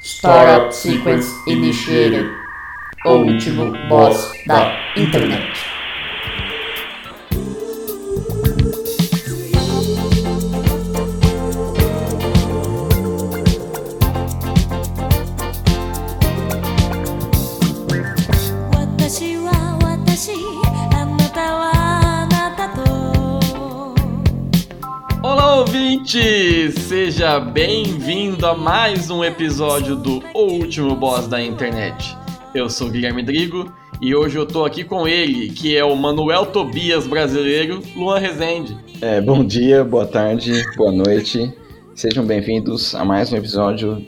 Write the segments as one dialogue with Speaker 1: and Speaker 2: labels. Speaker 1: Startup Sequence Initiated, o último boss da internet.
Speaker 2: 「私は私あなたはあなたと」
Speaker 3: Olá, ouvinte! Seja bem-vindo a mais um episódio do O Último Boss da Internet. Eu sou o Guilherme Drigo e hoje eu tô aqui com ele, que é o Manuel Tobias brasileiro, Luan Rezende.
Speaker 4: É, bom dia, boa tarde, boa noite. Sejam bem-vindos a mais um episódio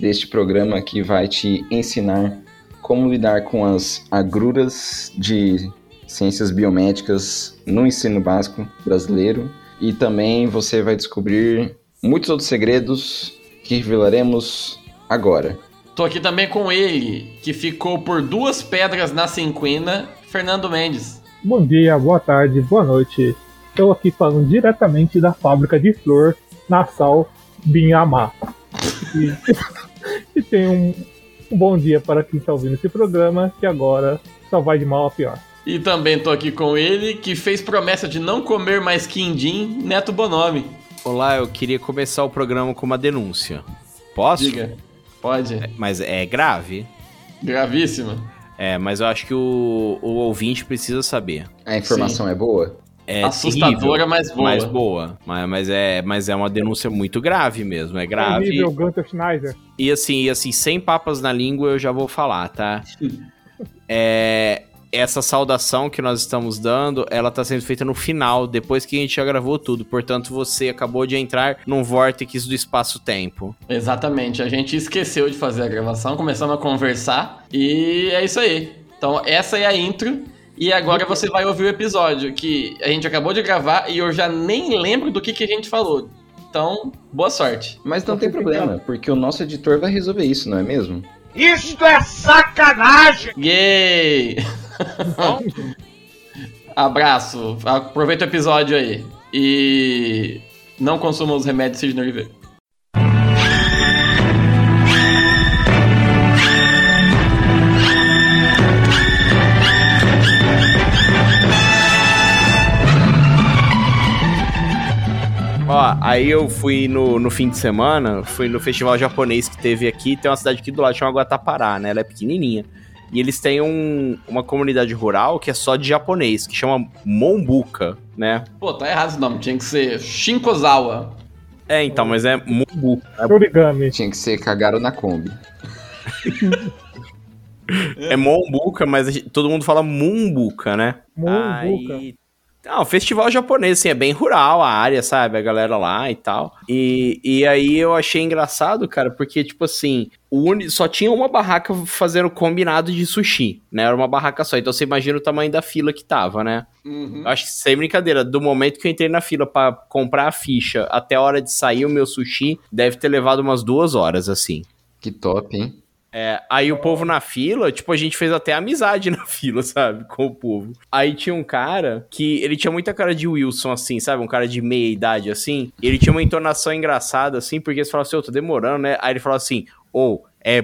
Speaker 4: deste programa que vai te ensinar como lidar com as agruras de ciências biomédicas no ensino básico brasileiro e também você vai descobrir muitos outros segredos que revelaremos agora.
Speaker 3: Tô aqui também com ele, que ficou por duas pedras na cinquena, Fernando Mendes.
Speaker 5: Bom dia, boa tarde, boa noite. Estou aqui falando diretamente da fábrica de flor Nassau Binhamá. E, e tem um, um bom dia para quem está ouvindo esse programa, que agora só vai de mal a pior.
Speaker 3: E também tô aqui com ele, que fez promessa de não comer mais quindim, Neto Bonomi.
Speaker 6: Olá, eu queria começar o programa com uma denúncia. Posso?
Speaker 3: Diga. Pode.
Speaker 6: Mas é grave.
Speaker 3: Gravíssima.
Speaker 6: É, mas eu acho que o, o ouvinte precisa saber.
Speaker 4: A informação é boa?
Speaker 6: É
Speaker 3: Assustadora, mas boa.
Speaker 6: Mas boa. Mas, mas é, mas é uma denúncia muito grave mesmo. É grave.
Speaker 5: Nível Gunther Schneider.
Speaker 6: E assim, e assim, sem papas na língua eu já vou falar, tá? É, essa saudação que nós estamos dando, ela tá sendo feita no final, depois que a gente já gravou tudo. Portanto, você acabou de entrar num vórtice do espaço-tempo.
Speaker 3: Exatamente, a gente esqueceu de fazer a gravação, começamos a conversar e é isso aí. Então, essa é a intro e agora você vai ouvir o episódio que a gente acabou de gravar e eu já nem lembro do que, que a gente falou. Então, boa sorte.
Speaker 4: Mas não tem problema, porque o nosso editor vai resolver isso, não é mesmo?
Speaker 3: Yay! Abraço, aproveita o episódio aí e não consuma os remédios Sidney Oliveira.
Speaker 6: Ó, aí eu fui no, no fim de semana, fui no festival japonês que teve aqui, tem uma cidade aqui do lado, chama Guatapará, né? Ela é pequenininha. E eles têm um- uma comunidade rural que é só de japonês, que chama Mombuca, né?
Speaker 3: Pô, tá errado esse nome, tinha que ser Shinkozawa.
Speaker 6: É, então, mas é Mombuca.
Speaker 5: Origami.
Speaker 4: Tinha que ser cagaram na Kombi.
Speaker 6: É Mombuca, mas a gente- todo mundo fala Mumbuca, né?
Speaker 5: Mumbuca.
Speaker 6: Aí... Não, festival japonês, assim, é bem rural a área, sabe? A galera lá e tal. E, e aí eu achei engraçado, cara, porque, tipo assim, o uni- só tinha uma barraca fazendo combinado de sushi, né? Era uma barraca só. Então você imagina o tamanho da fila que tava, né?
Speaker 3: Uhum.
Speaker 6: Eu Acho que sem brincadeira, do momento que eu entrei na fila pra comprar a ficha até a hora de sair o meu sushi, deve ter levado umas duas horas, assim.
Speaker 4: Que top, hein?
Speaker 6: É, aí o povo na fila, tipo, a gente fez até amizade na fila, sabe? Com o povo. Aí tinha um cara que ele tinha muita cara de Wilson, assim, sabe? Um cara de meia idade, assim. E ele tinha uma entonação engraçada, assim, porque eles falavam assim, ô, tô demorando, né? Aí ele falava assim, ô, é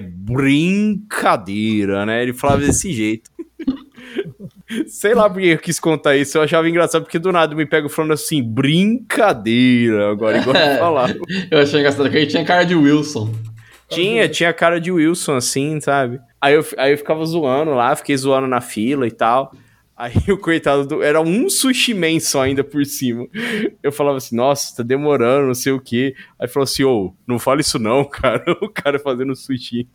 Speaker 6: brincadeira, né? Ele falava desse jeito. Sei lá por que eu quis contar isso, eu achava engraçado, porque do nada eu me pego falando assim, brincadeira, agora igual eu falava.
Speaker 3: Eu achei engraçado que ele tinha cara de Wilson.
Speaker 6: Tinha, tinha cara de Wilson, assim, sabe? Aí eu, aí eu ficava zoando lá, fiquei zoando na fila e tal. Aí o coitado do. Era um sushi man só ainda por cima. Eu falava assim, nossa, tá demorando, não sei o quê. Aí falou assim, ô, não fala isso não, cara. O cara fazendo sushi.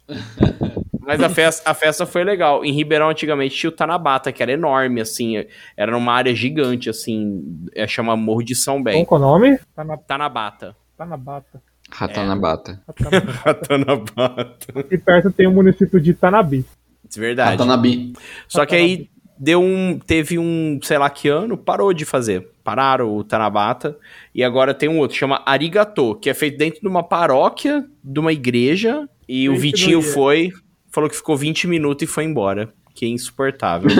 Speaker 6: Mas a festa, a festa foi legal. Em Ribeirão, antigamente, tinha o Tanabata, que era enorme, assim. Era numa área gigante, assim. É, chama Morro de São
Speaker 5: Como
Speaker 6: Bem.
Speaker 5: que é o nome? Tá na,
Speaker 6: Tanabata.
Speaker 5: tá na bata. Tá
Speaker 4: Ratanabata.
Speaker 6: Tanabata.
Speaker 5: E perto tem o município de Tanabi.
Speaker 3: Tá,
Speaker 6: Verdade.
Speaker 3: Watanabe.
Speaker 6: Só que aí deu um, teve um, sei lá que ano, parou de fazer. Pararam o Tanabata. E agora tem um outro, chama Arigatô, que é feito dentro de uma paróquia, de uma igreja. E o
Speaker 5: Gente,
Speaker 6: Vitinho
Speaker 5: não ia.
Speaker 6: foi, falou que ficou 20 minutos e foi embora. que é insuportável.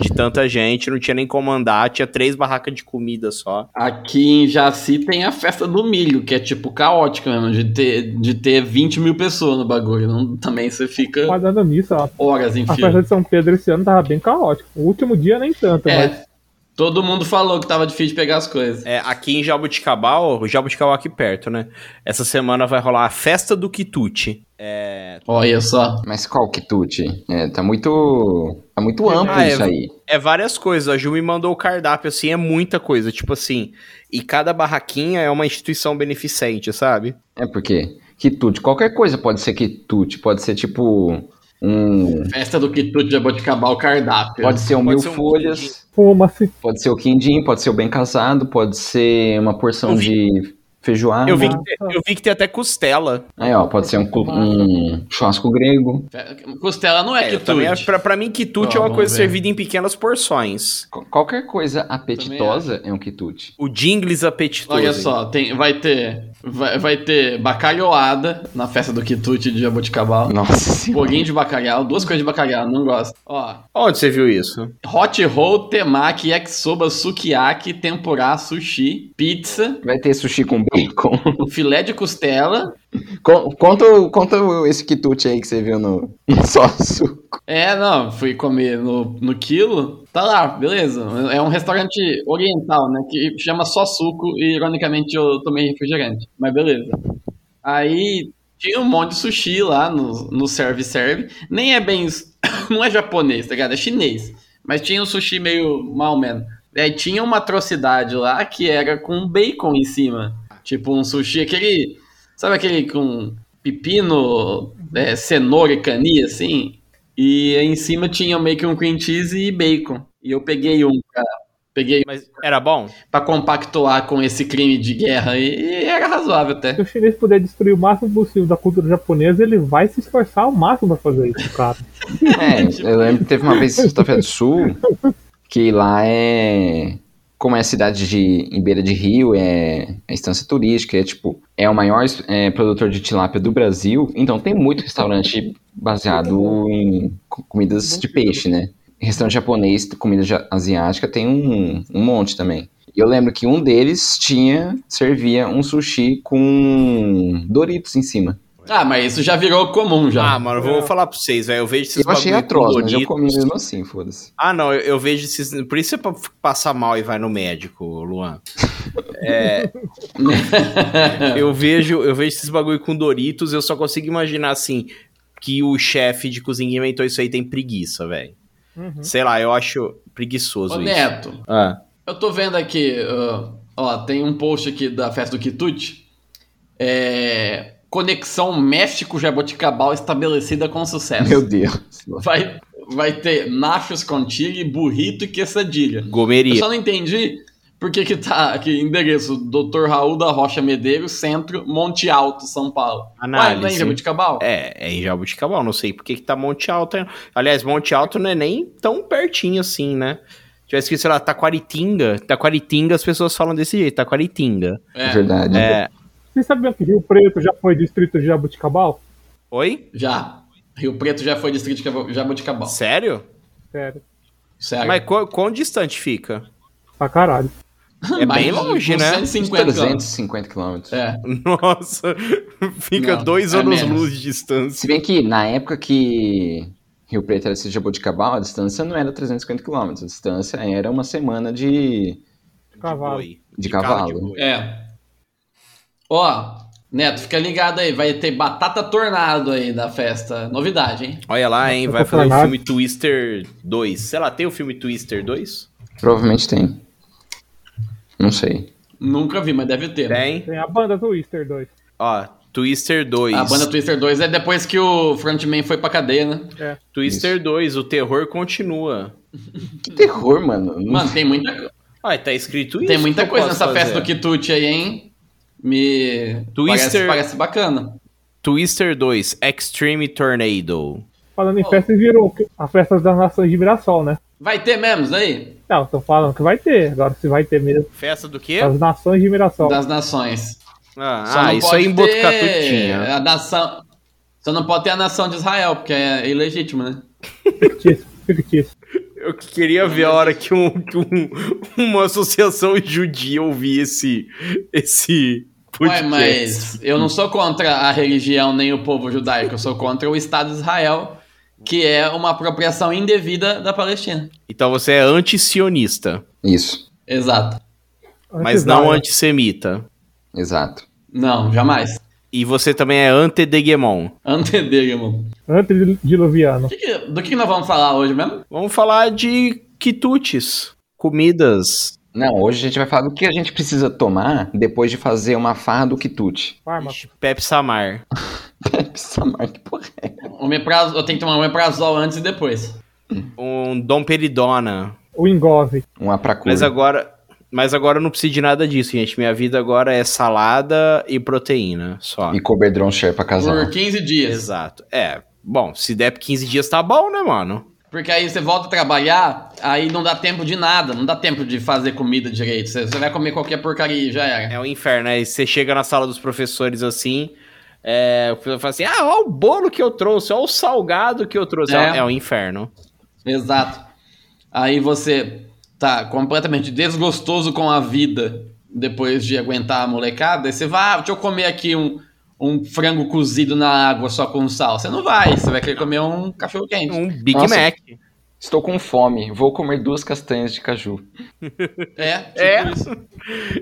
Speaker 6: de tanta gente, não tinha nem como andar, tinha três barracas de comida só.
Speaker 3: Aqui em Jaci tem a festa do milho, que é tipo caótica mesmo, de ter, de ter 20 mil pessoas no bagulho. Não, também você fica
Speaker 5: Mas dando nisso, ó,
Speaker 3: horas em
Speaker 5: a
Speaker 3: fila.
Speaker 5: festa de São Pedro esse ano tava bem caótica. O último dia nem tanto, mas
Speaker 3: É. Todo mundo falou que tava difícil de pegar as coisas.
Speaker 6: É, aqui em Jabuticabal, Jabuticabal aqui perto, né? Essa semana vai rolar a festa do quitute. É,
Speaker 3: Olha só.
Speaker 4: Mas qual que tute? É, tá muito. Tá muito amplo
Speaker 6: Ah, é.
Speaker 4: isso aí.
Speaker 6: é várias coisas. A Ju me mandou o cardápio, assim, é muita coisa. Tipo assim, e cada barraquinha é uma instituição beneficente, sabe?
Speaker 4: É porque quitute, qualquer coisa pode ser quitute, pode ser tipo um,
Speaker 3: Festa do Quitute de Jaboticabal, cardápio.
Speaker 4: pode ser um
Speaker 6: Pode
Speaker 4: mil
Speaker 6: ser um quindim.
Speaker 4: folhas,
Speaker 5: fuma-se.
Speaker 4: pode ser o quindim, pode ser o bem casado, pode ser uma porção
Speaker 6: Eu vi.
Speaker 4: de feijoada.
Speaker 6: Eu vi,
Speaker 3: Ah,
Speaker 6: que,
Speaker 3: tá.
Speaker 6: eu vi que tem até costela.
Speaker 4: Aí, ó, pode ser um, cu- um churrasco grego.
Speaker 3: Fe- Costela não é,
Speaker 6: É, eu também,
Speaker 3: Quitute.
Speaker 6: acho- pra, pra mim,
Speaker 3: Ó,
Speaker 6: quitute é uma
Speaker 3: vamos
Speaker 6: coisa
Speaker 3: ver.
Speaker 6: servida em pequenas porções.
Speaker 4: Qu- Qualquer coisa apetitosa é um quitute.
Speaker 6: O jingles apetitoso.
Speaker 3: Olha só, tem, vai ter vai, vai ter bacalhoada na festa do Quitute de Jaboticabal.
Speaker 4: Nossa senhora.
Speaker 3: Bolinho de bacalhau, duas coisas de bacalhau, não gosto. Ó,
Speaker 6: Onde você viu isso?
Speaker 3: hot roll, temaki, yakisoba, sukiyaki, tempurá, sushi, pizza,
Speaker 4: Vai ter sushi com bacon.
Speaker 3: filé de costela.
Speaker 4: Con- Conta, o- conta o- esse quitute aí que você viu no, no sócio.
Speaker 3: É, não, fui comer no, no quilo. Tá lá, beleza. É um restaurante oriental, né? Que chama só suco e, ironicamente, eu tomei refrigerante. Mas beleza. Aí tinha um monte de sushi lá no, no Serve Serve. Nem é bem. isso- Não é japonês, tá ligado? É chinês. Mas tinha um sushi meio mal menos. Aí tinha uma atrocidade lá que era com bacon em cima. Tipo um sushi, aquele. Sabe aquele com pepino, é, cenoura e cani, assim? E em cima tinha meio que um cream cheese e bacon. E eu peguei um pra, peguei
Speaker 6: Mas era bom?
Speaker 3: pra compactuar com esse crime de guerra aí, e era razoável até.
Speaker 5: Se o chinês puder destruir o máximo possível da cultura japonesa, ele vai se esforçar ao máximo pra fazer isso, cara.
Speaker 4: É, eu lembro que teve uma vez em Sexta-feira do Sul, que lá é. Como é a cidade de, em beira de rio, é, é estância turística, é tipo, é o maior é, produtor de tilápia do Brasil, então tem muito restaurante baseado em co- comidas de peixe, né? Restaurante japonês, comida ja- asiática, tem um, um monte também. E Eu lembro que um deles tinha, servia um sushi com Doritos em cima.
Speaker 3: Ah, mas isso já virou comum já.
Speaker 6: Ah, mano, eu vou falar pra vocês, velho. Eu vejo esses
Speaker 4: Eu achei
Speaker 6: bagulho
Speaker 4: atroz, mas eu
Speaker 6: colorido.
Speaker 4: comi mesmo assim, foda-se.
Speaker 6: Ah, não, eu, eu vejo esses. Por isso você pa- passa mal e vai no médico, Luan. É, eu vejo, eu vejo esses bagulho com Doritos, eu só consigo imaginar assim que o chefe de cozinha inventou isso aí tem preguiça, velho.
Speaker 5: Hum.
Speaker 6: Sei lá, eu acho preguiçoso
Speaker 3: Ô
Speaker 6: isso.
Speaker 3: Neto,
Speaker 6: Ah,
Speaker 3: eu tô vendo aqui, ó, ó, tem um post aqui da festa do Quitute. É, Conexão México-Jaboticabal estabelecida com sucesso.
Speaker 4: Meu Deus.
Speaker 3: Vai, vai ter nachos com chile, burrito e quesadilha. Eu
Speaker 6: gomeria.
Speaker 3: só não entendi por que que tá aqui, endereço, Dr. Raul da Rocha Medeiros, Centro, Monte Alto, São Paulo. Ué, não é em
Speaker 6: Análise.
Speaker 3: Jabuticabal?
Speaker 6: É, é em Jabuticabal, não sei por que que tá Monte Alto. hein? Aliás, Monte Alto não é nem tão pertinho assim, né? Tivesse que, sei lá, Taquaritinga. Taquaritinga, as pessoas falam desse jeito, Taquaritinga.
Speaker 4: É
Speaker 3: É,
Speaker 4: verdade.
Speaker 6: É.
Speaker 5: Vocês sabiam que Rio Preto já foi distrito de Jabuticabal?
Speaker 6: Oi?
Speaker 3: já. Rio Preto já foi distrito de Jabu- Jabuticabal.
Speaker 6: Sério?
Speaker 5: Sério,
Speaker 3: Sério.
Speaker 6: Mas quão, quão distante fica?
Speaker 5: pra caralho.
Speaker 6: É bem longe,
Speaker 3: uns
Speaker 6: né?
Speaker 3: 150 anos.
Speaker 4: 350 quilômetros.
Speaker 3: É.
Speaker 6: Nossa, fica
Speaker 3: Não,
Speaker 6: dois
Speaker 3: é
Speaker 6: anos
Speaker 3: menos.
Speaker 6: luz de distância.
Speaker 4: Se bem que na época que Rio Preto era esse Jaboticabal, a distância não era 350 quilômetros. A distância era uma semana de,
Speaker 5: Cavalo.
Speaker 6: De, boi.
Speaker 4: de
Speaker 6: carro de
Speaker 4: cavalo.
Speaker 6: boi.
Speaker 3: É. Ó, Neto, fica ligado aí. Vai ter batata tornado aí na festa. Novidade, hein?
Speaker 6: Olha lá, hein?
Speaker 5: Eu
Speaker 6: Vai
Speaker 5: tô
Speaker 6: fazer o
Speaker 5: falando.
Speaker 6: filme Twister 2. Sei lá, tem o filme Twister 2?
Speaker 4: Provavelmente tem. Não sei.
Speaker 3: Nunca vi, mas deve ter. né?
Speaker 6: Tem.
Speaker 5: Tem a banda do Easter 2.
Speaker 6: Ó, Twister 2.
Speaker 3: A banda Twister 2 é depois que o frontman foi pra cadeia, né?
Speaker 5: É.
Speaker 6: Twister 2, o terror continua.
Speaker 4: Que terror, mano. Não-
Speaker 3: Mano, tem muita coisa.
Speaker 6: Ah, e tá escrito isso.
Speaker 3: Tem muita
Speaker 6: que eu
Speaker 3: coisa
Speaker 6: posso
Speaker 3: nessa festa
Speaker 6: fazer.
Speaker 3: do Quitute aí, hein? Me. Parece,
Speaker 6: Twister.
Speaker 3: parece bacana.
Speaker 6: Twister 2, Extreme Tornado.
Speaker 5: Falando em
Speaker 3: Pô.
Speaker 5: festa, virou a festa das nações de Mirassol, né?
Speaker 3: Vai ter mesmo isso aí?
Speaker 5: Não, estão falando que vai ter. Agora se vai ter mesmo.
Speaker 6: Festa do quê?
Speaker 5: As nações de Mirassol.
Speaker 3: Das nações.
Speaker 6: Ah,
Speaker 3: Só
Speaker 6: ah,
Speaker 3: não
Speaker 6: isso
Speaker 3: pode
Speaker 6: aí em
Speaker 3: ter
Speaker 6: Botucatu tinha.
Speaker 3: A nação. Só não pode ter a nação de Israel, porque é ilegítimo, né?
Speaker 5: Fictício. fictício.
Speaker 6: Eu que queria ver a hora que, um, que um- uma associação judia ouvir esse, esse
Speaker 3: Ué,
Speaker 6: podcast.
Speaker 3: mas eu não sou contra a religião nem o povo judaico, eu sou contra o Estado de Israel, que é uma apropriação indevida da Palestina.
Speaker 6: Então você é antisionista,
Speaker 4: Isso,
Speaker 3: Exato.
Speaker 6: mas
Speaker 5: Antes
Speaker 6: não
Speaker 5: da-
Speaker 6: antissemita.
Speaker 4: exato.
Speaker 3: Não, jamais.
Speaker 6: E você também é antedegemon.
Speaker 3: Entender, irmão.
Speaker 5: Antediluviano.
Speaker 3: O que que- do que que nós vamos falar hoje mesmo?
Speaker 6: Vamos falar de quitutes, comidas.
Speaker 4: Não, hoje a gente vai falar do que a gente precisa tomar depois de fazer uma farra do quitute.
Speaker 5: Fármaco.
Speaker 6: Pep Samar.
Speaker 4: Essa marca, porra. é.
Speaker 3: Omepraz... Eu tenho que tomar omeprazol antes e depois.
Speaker 6: Um Dom Peridona.
Speaker 5: O engove.
Speaker 4: Uma pra cura.
Speaker 6: Mas agora, mas agora eu não preciso de nada disso, gente. Minha vida agora é salada e proteína só.
Speaker 4: E coberdrão share pra casal.
Speaker 3: Por 15 dias.
Speaker 6: Exato. É, bom, se der 15 dias tá bom, né, mano?
Speaker 3: Porque aí você volta a trabalhar, aí não dá tempo de nada, não dá tempo de fazer comida direito. Você, você vai comer qualquer porcaria e já era.
Speaker 6: É um inferno. Aí você chega na sala dos professores assim, é, o professor fala assim: ah, olha o bolo que eu trouxe, olha o salgado que eu trouxe. É, um-
Speaker 3: É.
Speaker 6: é um inferno.
Speaker 3: Exato. Aí você tá completamente desgostoso com a vida depois de aguentar a molecada. Aí você vai, ah, deixa eu comer aqui um, um frango cozido na água só com sal. Você não vai, você vai querer comer um cachorro quente.
Speaker 6: Um Big
Speaker 4: Nossa.
Speaker 6: Mac.
Speaker 4: Estou com fome, vou comer duas castanhas de caju.
Speaker 3: É, tipo
Speaker 6: É.
Speaker 3: isso.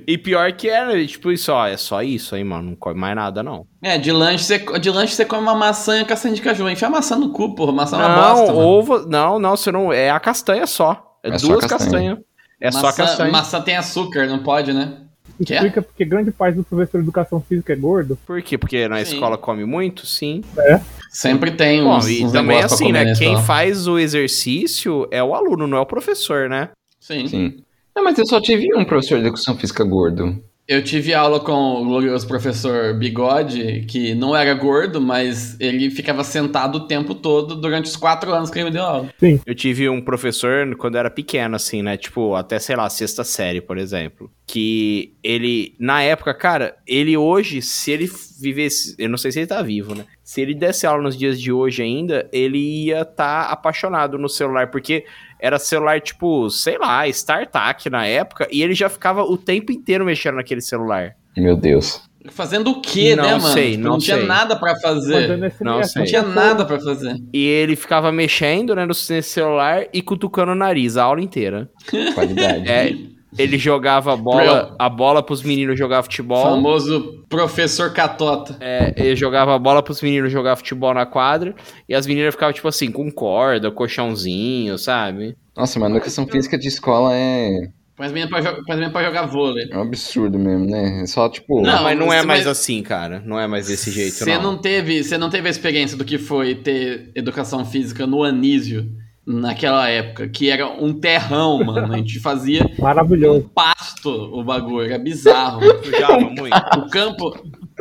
Speaker 6: E pior que é, né, tipo, isso, ó, é só isso aí, mano. Não come mais nada, não.
Speaker 3: É, de lanche você, de lanche você come uma maçã e uma castanha de caju. Enfia a maçã no cu, porra. Maçã é uma
Speaker 6: não,
Speaker 3: bosta. mano.
Speaker 6: ovo. Não, não, você não. É a castanha só. É,
Speaker 4: É só
Speaker 6: duas
Speaker 4: castanha.
Speaker 6: castanhas. É só
Speaker 3: maçã,
Speaker 6: castanha.
Speaker 3: Maçã tem açúcar, não pode, né? Quê?
Speaker 5: Explica porque grande parte do professor de educação física é gordo.
Speaker 6: Por quê? Porque na
Speaker 3: Sim.
Speaker 6: escola come muito, sim.
Speaker 3: Sempre tem
Speaker 6: Bom,
Speaker 3: uns,
Speaker 6: e
Speaker 3: uns
Speaker 6: também
Speaker 3: negócios pra
Speaker 6: assim,
Speaker 3: comer na
Speaker 6: né? Quem
Speaker 3: escola.
Speaker 6: faz o exercício é o aluno, não é o professor, né?
Speaker 3: Sim.
Speaker 4: Sim. Não, mas eu só tive um professor de educação física gordo.
Speaker 3: Eu tive aula com o glorioso professor Bigode, que não era gordo, mas ele ficava sentado o tempo todo durante os quatro anos que ele me deu aula.
Speaker 6: Eu tive um professor quando eu era pequeno, assim, né? Tipo, até, sei lá, sexta série, por exemplo. Que ele, na época, cara, ele hoje, se ele vivesse. Eu não sei se ele tá vivo, né? Se ele desse aula nos dias de hoje ainda, ele ia estar apaixonado no celular, porque era celular, tipo, sei lá, StarTAC na época, e ele já ficava o tempo inteiro mexendo naquele celular.
Speaker 4: Meu Deus.
Speaker 3: Fazendo o quê,
Speaker 6: Não
Speaker 3: né, mano?
Speaker 6: sei,
Speaker 3: Tipo,
Speaker 6: não
Speaker 3: tinha
Speaker 6: sei.
Speaker 3: nada pra fazer.
Speaker 5: Mandando SMS.
Speaker 6: não
Speaker 3: Não
Speaker 6: sei.
Speaker 3: tinha nada pra fazer.
Speaker 6: E ele ficava mexendo, né, no celular e cutucando o nariz a aula inteira.
Speaker 4: Qualidade.
Speaker 6: É, ele jogava a bola, a bola pros meninos jogar futebol.
Speaker 3: Famoso professor Catota.
Speaker 6: É, ele jogava a bola pros meninos jogar futebol na quadra. E as meninas ficavam, tipo assim, com corda, colchãozinho, sabe?
Speaker 4: Nossa, mano, a educação física de escola é
Speaker 3: Mas menina pra, jo- põe as meninas pra jogar vôlei.
Speaker 4: é um absurdo mesmo, né? É só, tipo...
Speaker 3: Não,
Speaker 6: Não, mas não
Speaker 3: mas-
Speaker 6: é mais
Speaker 3: mas-
Speaker 6: assim, cara. Não é mais desse jeito,
Speaker 3: Você
Speaker 6: não.
Speaker 3: não teve, você não teve a experiência do que foi ter educação física no Anísio naquela época, que era um terrão, mano. A gente fazia um
Speaker 5: Maravilhoso.
Speaker 3: pasto o bagulho, era bizarro.
Speaker 6: Sujava muito.
Speaker 3: O campo,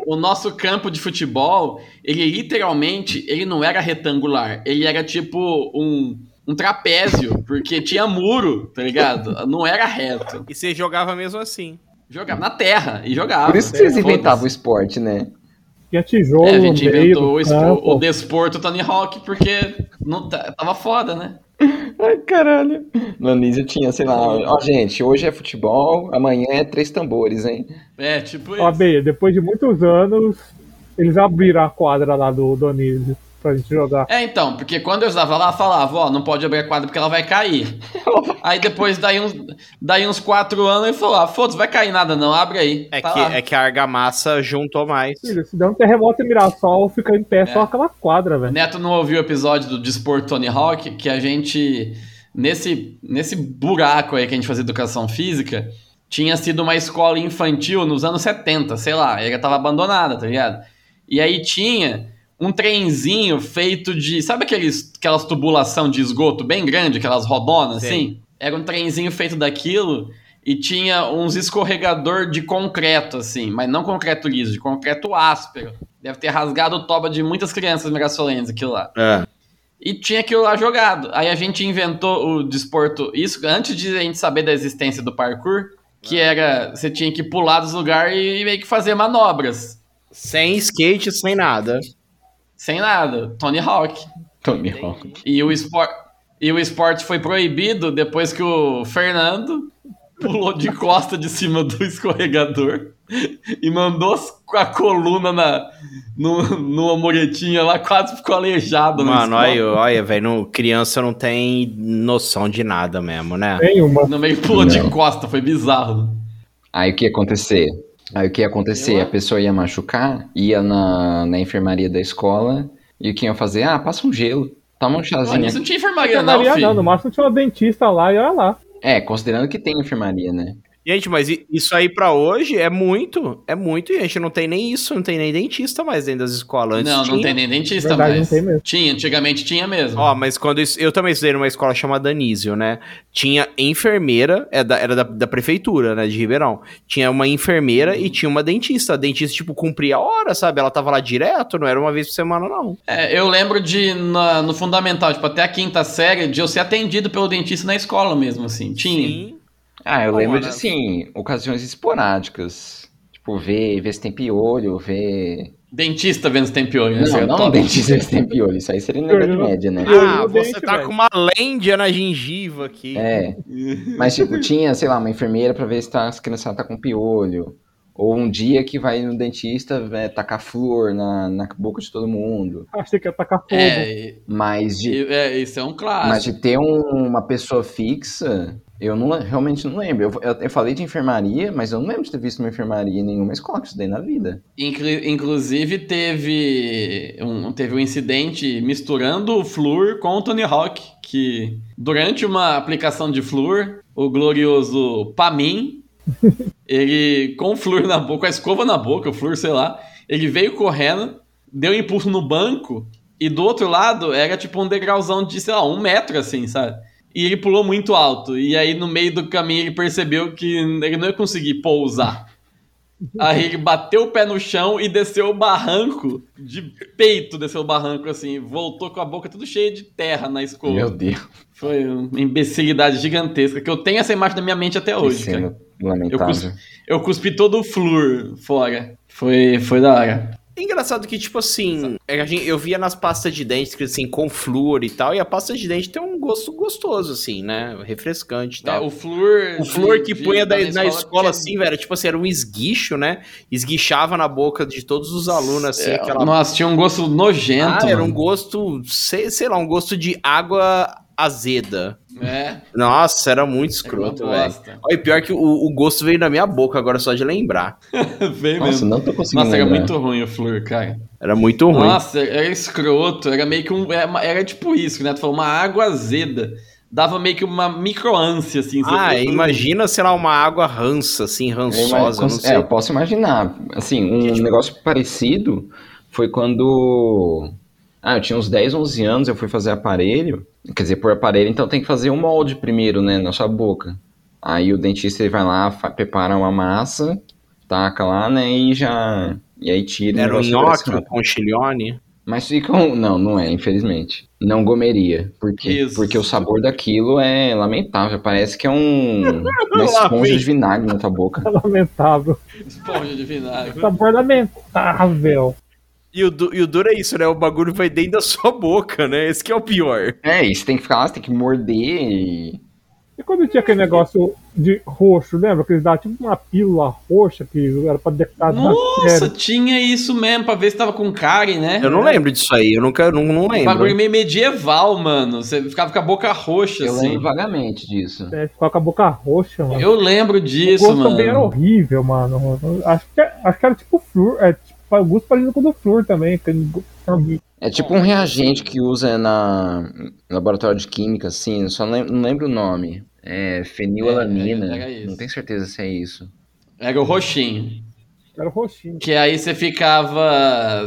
Speaker 3: o nosso campo de futebol, ele literalmente, ele não era retangular, ele era tipo um, um trapézio, porque tinha muro, tá ligado? Não era reto.
Speaker 6: E você jogava mesmo assim.
Speaker 3: Jogava na terra e jogava.
Speaker 4: Por isso que vocês
Speaker 3: ah, é, Foda-se.
Speaker 4: inventavam o esporte, né?
Speaker 5: Tinha tijolo,
Speaker 3: É, a gente
Speaker 5: meio,
Speaker 3: inventou o, espo-
Speaker 5: campo.
Speaker 3: o desporto Tony Hawk porque não tá- tava foda, né?
Speaker 4: Ai, caralho. No Anísio tinha, sei lá, ó, gente, hoje é futebol, amanhã é três tambores, hein?
Speaker 3: É, tipo
Speaker 5: Ó,
Speaker 3: isso.
Speaker 5: Beia, depois de muitos anos, eles abriram a quadra lá do Donizio pra gente jogar.
Speaker 3: É, então, porque quando eu estava lá, falava, ó, não pode abrir a quadra porque ela vai cair. aí depois, daí uns, daí uns quatro anos, ele falou, ah, foda-se, vai cair nada não, abre aí.
Speaker 6: É,
Speaker 3: Tá
Speaker 6: que,
Speaker 3: lá.
Speaker 6: é que a argamassa juntou mais.
Speaker 5: Filho, se der um terremoto em Mirassol, fica em pé só
Speaker 3: É.
Speaker 5: aquela quadra,
Speaker 3: O
Speaker 5: velho.
Speaker 3: Neto não ouviu o episódio do Dispor Tony Hawk, que a gente, nesse, nesse buraco aí que a gente fazia educação física, tinha sido uma escola infantil nos anos 70, sei lá, ela tava abandonada, tá ligado? E aí tinha um trenzinho feito de, sabe aqueles, aquelas tubulação de esgoto bem grande, aquelas rodonas,
Speaker 6: Sei.
Speaker 3: assim? Era um trenzinho feito daquilo e tinha uns escorregador de concreto, assim, mas não concreto liso, de concreto áspero. Deve ter rasgado o toba de muitas crianças mirassolenses aquilo lá.
Speaker 6: É.
Speaker 3: E tinha aquilo lá jogado. Aí a gente inventou o desporto, isso antes de a gente saber da existência do parkour, que era você tinha que pular dos lugares e meio que fazer manobras.
Speaker 6: Sem skate, sem nada.
Speaker 3: Sem nada. Tony Hawk.
Speaker 4: Tony Hawk.
Speaker 3: E o esporte. E o esporte foi proibido depois que o Fernando pulou de costa de cima do escorregador e mandou a coluna na, no, numa muretinha lá, quase ficou aleijado. no
Speaker 6: Mano,
Speaker 3: esporte.
Speaker 6: olha, olha velho, no- criança não tem noção de nada mesmo, né?
Speaker 5: Tem uma.
Speaker 3: No meio pulou de
Speaker 4: Não.
Speaker 3: costa, foi bizarro.
Speaker 4: Aí o que ia acontecer? Aí o que ia acontecer?
Speaker 3: Eu-
Speaker 4: A pessoa ia machucar, ia na, na enfermaria da escola, e o que iam fazer? Ah, passa um gelo, toma um
Speaker 5: Assim,
Speaker 4: chazinho.
Speaker 5: é
Speaker 3: Olha, isso não tinha enfermaria Ah, não,
Speaker 5: Enfermaria
Speaker 3: filho.
Speaker 5: não, no máximo tinha uma dentista lá e olha lá.
Speaker 4: É, considerando que tem enfermaria, né?
Speaker 6: Gente, mas i- isso aí pra hoje é muito, é muito, e a gente não tem nem isso, não tem nem dentista mais dentro das escolas. Antes
Speaker 3: Não, não
Speaker 6: tinha.
Speaker 3: tem nem dentista
Speaker 5: Verdade, não
Speaker 3: mais.
Speaker 5: tem mesmo.
Speaker 3: Tinha, antigamente tinha mesmo.
Speaker 6: Ó, mas quando isso, eu também estudei numa escola chamada Anísio, né? Tinha enfermeira, é da- era da, da prefeitura, né, de Ribeirão. Tinha uma enfermeira e tinha uma dentista. A dentista, tipo, cumpria a hora, sabe? Ela tava lá direto, não era uma vez por semana, não.
Speaker 3: É, eu lembro de, na- no fundamental, tipo, até a quinta série, de eu ser atendido pelo dentista na escola mesmo, assim. Tinha.
Speaker 6: Sim.
Speaker 4: Ah, eu
Speaker 6: Bom,
Speaker 4: lembro de,
Speaker 6: né?
Speaker 4: assim, ocasiões esporádicas. Tipo, ver, ver se tem piolho, ver...
Speaker 3: Dentista vendo se tem piolho, né? Isso
Speaker 4: Não,
Speaker 3: é
Speaker 4: não um
Speaker 3: top.
Speaker 4: dentista ver se tem piolho, isso aí seria na Idade Média, né?
Speaker 5: Eu
Speaker 6: Ah,
Speaker 5: não
Speaker 6: você
Speaker 5: dente,
Speaker 6: tá
Speaker 5: velho.
Speaker 6: com uma lêndia na gengiva aqui.
Speaker 4: É. Mas, tipo, tinha, sei lá, uma enfermeira pra ver se tá, as crianças tá com piolho. Ou um dia que vai no dentista é, tacar flor na, na boca de todo mundo.
Speaker 5: Achei que ia tacar fogo.
Speaker 3: É, e-
Speaker 4: Mas de,
Speaker 3: e- é, isso é um
Speaker 4: mas
Speaker 3: clássico.
Speaker 4: de ter um- uma pessoa fixa, eu não, realmente não lembro. Eu, eu- eu falei de enfermaria, mas eu não lembro de ter visto uma enfermaria em nenhuma escola que eu estudei na vida.
Speaker 3: Inclu- inclusive, teve um, teve um incidente misturando o Flur com o Tony Hawk, que durante uma aplicação de Flur, o glorioso Pamin, ele com o Flur na boca, com a escova na boca, o Flur, sei lá, ele veio correndo, deu um impulso no banco, e do outro lado era tipo um degrauzão de, sei lá, um metro assim, sabe? E ele pulou muito alto, e aí no meio do caminho ele percebeu que ele não ia conseguir pousar. Aí ele bateu o pé no chão e desceu o barranco, de peito desceu o barranco assim, voltou com a boca tudo cheia de terra na escova.
Speaker 4: Meu Deus,
Speaker 3: Foi uma imbecilidade gigantesca, que eu tenho essa imagem na minha mente até
Speaker 4: que
Speaker 3: hoje, cara.
Speaker 4: cena lamentável.
Speaker 3: Eu cuspi todo o flúor fora. Foi, foi da hora.
Speaker 6: Engraçado que, tipo assim, é que a gente- eu via nas pastas de dente escrito assim, com flúor e tal, e a pasta de dente tem um gosto gostoso, assim, né? Refrescante e
Speaker 3: É,
Speaker 6: tal.
Speaker 3: o flúor...
Speaker 6: O flor que
Speaker 3: de-
Speaker 6: punha da-
Speaker 3: tá
Speaker 6: na escola,
Speaker 3: tinha-
Speaker 6: assim, velho, tipo assim, era um esguicho, né? Esguichava na boca de todos os alunos, assim,
Speaker 3: É,
Speaker 6: aquela...
Speaker 3: Nossa, tinha um gosto
Speaker 6: Ah,
Speaker 3: nojento.
Speaker 6: era um
Speaker 3: mano.
Speaker 6: gosto, sei, sei lá, um gosto de água azeda.
Speaker 3: É,
Speaker 6: Nossa, era muito
Speaker 3: era uma
Speaker 6: um escroto, velho.
Speaker 3: bosta.
Speaker 6: Olha, e pior que o, o gosto veio na minha boca agora só de lembrar.
Speaker 3: Veio
Speaker 4: Nossa,
Speaker 3: mesmo.
Speaker 4: não tô conseguindo
Speaker 3: Nossa, era
Speaker 4: lembrar.
Speaker 3: muito ruim o flúor, cara.
Speaker 6: Era muito ruim.
Speaker 3: Nossa, era escroto, era meio que um. Era, uma- era tipo isso, né? Tu falou, uma água azeda. Dava meio que uma microânsia, assim.
Speaker 6: ah,
Speaker 3: sabe?
Speaker 6: imagina, sei lá, uma água rança, assim,
Speaker 4: Eu imag-
Speaker 6: rançosa, não
Speaker 4: cons- é,
Speaker 6: sei.
Speaker 4: eu posso imaginar. Assim, um negócio parecido foi quando. Ah, eu tinha uns 10, 11 anos, eu fui fazer aparelho. Quer dizer, por aparelho, então tem que fazer um molde primeiro, né, na sua boca. Aí o dentista ele vai lá, fa- prepara uma massa, taca lá, né, e já. E aí tira. o
Speaker 6: Era um
Speaker 4: negócio
Speaker 6: nhoque, um
Speaker 4: desse- né?
Speaker 6: conchilione.
Speaker 4: Mas fica um. Não, não é, infelizmente. Não gomeria. Por quê?
Speaker 3: Isso.
Speaker 4: Porque o sabor daquilo é lamentável. Parece que é um. Uma esponja de vinagre na tua boca.
Speaker 5: É lamentável.
Speaker 3: Esponja de vinagre.
Speaker 5: Sabor lamentável.
Speaker 6: E o, du- e o duro é isso, né? O bagulho vai dentro da sua boca, né? Esse que é o pior.
Speaker 4: É, e você tem que ficar lá, você tem que morder e.
Speaker 5: E quando tinha aquele negócio de roxo, lembra? Que eles davam tipo uma pílula roxa que era pra detectar
Speaker 3: Nossa,
Speaker 5: bactéria.
Speaker 3: tinha isso mesmo, pra ver se tava com cárie, né?
Speaker 6: Eu não lembro disso aí, eu nunca não, não
Speaker 3: Um
Speaker 6: lembro.
Speaker 3: bagulho meio medieval, mano. Você ficava com a boca roxa,
Speaker 4: Eu
Speaker 3: assim.
Speaker 4: lembro vagamente disso.
Speaker 5: É, ficava com a boca roxa, mano.
Speaker 3: Eu lembro
Speaker 5: o
Speaker 3: disso,
Speaker 5: gosto também era
Speaker 3: mano.
Speaker 5: horrível, mano. Acho que, acho que era tipo flúor. É, tipo, o gosto parecido com o do flúor também. que ele-
Speaker 4: É tipo um reagente que usa na no laboratório de química, assim, eu só lem- não lembro o nome. É fenilalanina.
Speaker 3: É, era isso.
Speaker 4: não tenho certeza se é isso.
Speaker 3: Era o roxinho.
Speaker 5: Era um roxinho.
Speaker 3: Que aí você ficava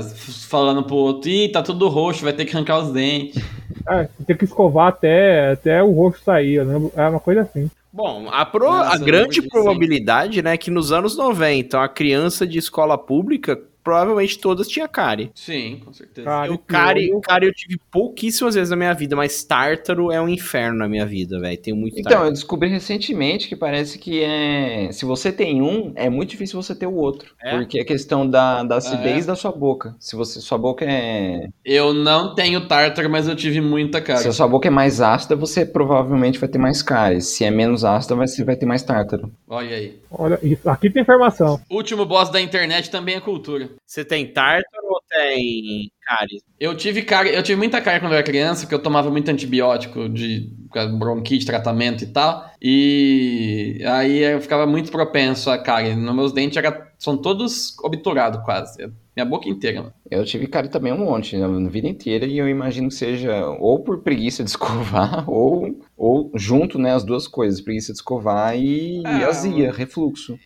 Speaker 3: falando pro outro, ih, tá tudo roxo, vai ter que arrancar os dentes.
Speaker 5: É, tem que escovar até, até o roxo sair. Eu lembro. Era uma coisa assim.
Speaker 6: Bom, a, pro-
Speaker 3: Nossa,
Speaker 6: a
Speaker 3: eu lembro
Speaker 6: grande
Speaker 3: disso,
Speaker 6: probabilidade, né, é que nos anos 90, a criança de escola pública provavelmente todas tinha cárie.
Speaker 3: Sim, com certeza.
Speaker 5: Cárie,
Speaker 6: Eu, cárie,
Speaker 5: piolho.
Speaker 6: cárie eu tive pouquíssimas vezes na minha vida, mas tártaro é um inferno na minha vida, velho. Tenho
Speaker 3: Tá.
Speaker 6: muito
Speaker 4: Então,
Speaker 6: tártaro.
Speaker 4: eu descobri recentemente que parece que é. Se você tem um, é muito difícil você ter o outro.
Speaker 6: É?
Speaker 4: Porque é questão da,
Speaker 3: Ah,
Speaker 4: da
Speaker 3: é?
Speaker 4: acidez da sua boca. Se você sua boca é.
Speaker 3: Eu não tenho tártaro, mas eu tive muita
Speaker 4: Se
Speaker 3: cara.
Speaker 4: a sua boca é mais ácida, você provavelmente vai ter mais cárie. Se é menos ácida, você vai ter mais tártaro.
Speaker 3: Olha aí.
Speaker 5: Olha, isso, aqui tem informação.
Speaker 3: Último boss da internet também é cultura.
Speaker 6: Você tem tártaro ou tem cárie?
Speaker 3: Eu tive cara, eu tive muita cara quando eu era criança, porque eu tomava muito antibiótico de por causa de bronquite, tratamento e tal. E aí eu ficava muito propenso a cárie. Nos meus dentes era, são todos obturados quase. Minha boca inteira. mano.
Speaker 4: Eu tive cárie também um monte, na na vida inteira, e eu imagino que seja ou por preguiça de escovar, ou, ou junto, né, as duas coisas, preguiça de escovar e, e
Speaker 3: Ah,
Speaker 4: azia, refluxo.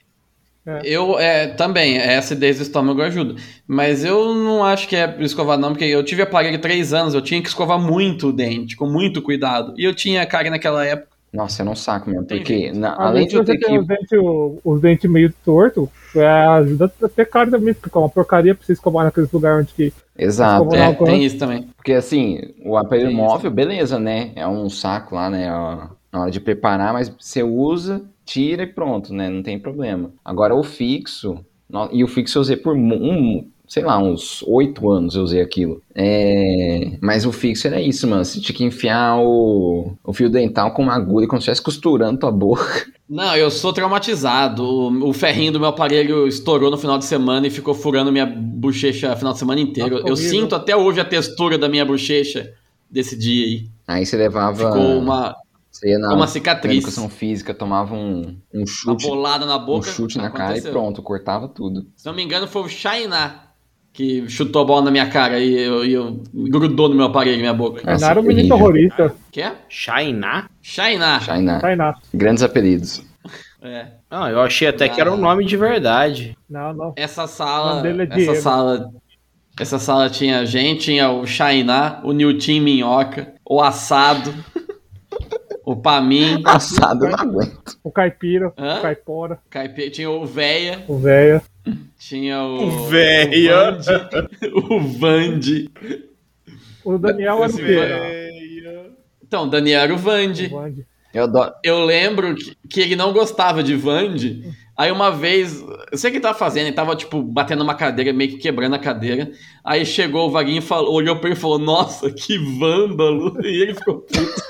Speaker 3: Eu é, também, a acidez do estômago ajuda. Mas eu não acho que é por escovar, não, porque eu tive aparelho três anos, eu tinha que escovar muito o dente, com muito cuidado. E eu tinha cárie naquela época.
Speaker 4: Nossa, eu não saco mesmo,
Speaker 3: Tem
Speaker 4: porque na- além
Speaker 5: Além
Speaker 4: de
Speaker 5: se
Speaker 4: eu
Speaker 5: você
Speaker 4: ter
Speaker 5: tem um
Speaker 4: que
Speaker 5: os dentes, os dentes meio torto, é, ajuda até cara também, porque é uma porcaria pra você escovar naqueles lugares onde que.
Speaker 4: Exato,
Speaker 5: Vou
Speaker 3: É,
Speaker 4: é.
Speaker 5: dar uma-
Speaker 3: tem isso também.
Speaker 4: Porque assim, o aparelho
Speaker 3: Tem isso.
Speaker 4: móvel, beleza, né? É um saco lá, né? ó, Na hora de preparar, mas você usa, tira e pronto, né? Não tem problema. Agora o fixo, no- e o fixo eu usei por mu- um, sei lá, uns oito anos eu usei aquilo. É, Mas o fixo era isso, mano. Você tinha que enfiar o, o fio dental com uma agulha, como se estivesse costurando tua boca.
Speaker 3: Não, eu sou traumatizado. O, o ferrinho do meu aparelho estourou no final de semana e ficou furando minha bochecha o final de semana inteiro.
Speaker 5: Nossa,
Speaker 3: eu
Speaker 5: horrível.
Speaker 3: sinto até hoje a textura da minha bochecha desse dia aí.
Speaker 4: Aí você levava.
Speaker 3: Ficou uma,
Speaker 4: Você ia na
Speaker 3: uma
Speaker 4: na
Speaker 3: cicatriz.
Speaker 4: educação física, tomava um, um
Speaker 3: Uma
Speaker 4: chute.
Speaker 3: bolada na
Speaker 4: Um
Speaker 3: boca.
Speaker 4: chute na cara e
Speaker 3: Aconteceu.
Speaker 4: pronto, cortava tudo.
Speaker 3: Se não me engano, foi o Chainá que chutou a bola na minha cara e eu, e eu- grudou no meu aparelho, minha boca.
Speaker 4: Nossa,
Speaker 5: Tainá era um menino
Speaker 4: terrível.
Speaker 5: terrorista.
Speaker 3: Que é?
Speaker 6: Chainá?
Speaker 3: Chainá.
Speaker 4: China.
Speaker 5: Tainá.
Speaker 4: Grandes apelidos.
Speaker 3: É.
Speaker 6: Não, eu achei até que era um
Speaker 3: Ah.
Speaker 6: nome de verdade.
Speaker 5: Não, não.
Speaker 3: Essa
Speaker 5: O
Speaker 3: sala.
Speaker 5: nome dele é
Speaker 3: essa
Speaker 5: Diego.
Speaker 3: sala. Essa sala tinha a gente, tinha o Chainá, o Nilton Minhoca, o Assado, o Pamin,
Speaker 4: Passado, eu não aguento.
Speaker 5: O caipira,
Speaker 3: Hã?
Speaker 5: o caipora,
Speaker 3: o Caipi- tinha o Véia,
Speaker 5: o velho.
Speaker 3: tinha o.
Speaker 6: O Véia.
Speaker 3: O Vandi. o Vandi.
Speaker 5: O Daniel era o
Speaker 3: Esse
Speaker 5: quê?
Speaker 3: Então, o Daniel era o
Speaker 5: O
Speaker 3: Vandi.
Speaker 5: Vande.
Speaker 4: Eu adoro.
Speaker 3: Eu lembro que, que ele não gostava de Vande. Aí uma vez, eu sei o que ele tava fazendo, ele tava tipo batendo uma cadeira, meio que quebrando a cadeira. Aí chegou o Vaguinho e falou, olhou pra ele e falou: Nossa, que vândalo! E ele ficou puto.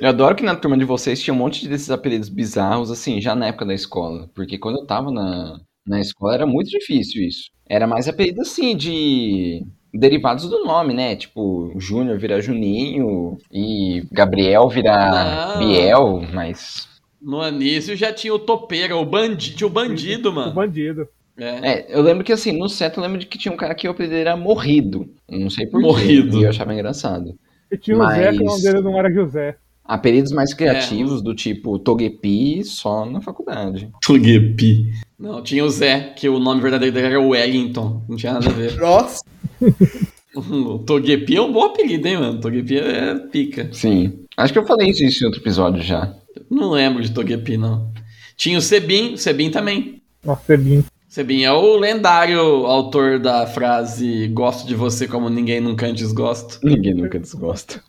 Speaker 4: Eu adoro que na turma de vocês tinha um monte desses apelidos bizarros, assim, já na época da escola. Porque quando eu tava na, na escola era muito difícil isso. Era mais apelido, assim, de derivados do nome, né? Tipo, Júnior vira Juninho e Gabriel vira
Speaker 3: Não.
Speaker 4: Biel, mas.
Speaker 3: No Anísio já tinha o Topeira, o bandido, tinha o bandido,
Speaker 5: O
Speaker 3: mano.
Speaker 5: bandido.
Speaker 3: É.
Speaker 4: É, eu lembro que assim, no set eu lembro de que tinha um cara que o apelido era Morrido. Eu Não sei porquê.
Speaker 3: Morrido.
Speaker 4: E eu achava engraçado.
Speaker 5: E tinha o
Speaker 4: Mas-
Speaker 5: Zé, que o nome dele não era José.
Speaker 4: Apelidos mais criativos, do tipo Togepi, só na faculdade.
Speaker 3: Tugepi. Não, tinha o Zé, que o nome verdadeiro dele era Wellington. Não tinha nada a ver.
Speaker 6: Nossa.
Speaker 3: o Togepi é um bom apelido, hein, mano? Togepi é pica.
Speaker 4: Sim. Acho que eu falei disso em outro episódio já.
Speaker 3: Não lembro de Togepi, não. Tinha o Sebin, o Sebin também.
Speaker 5: Nossa, é lindo.
Speaker 3: Sebin é o lendário autor da frase Gosto de você como ninguém nunca antes gosto.
Speaker 4: Ninguém nunca desgosta.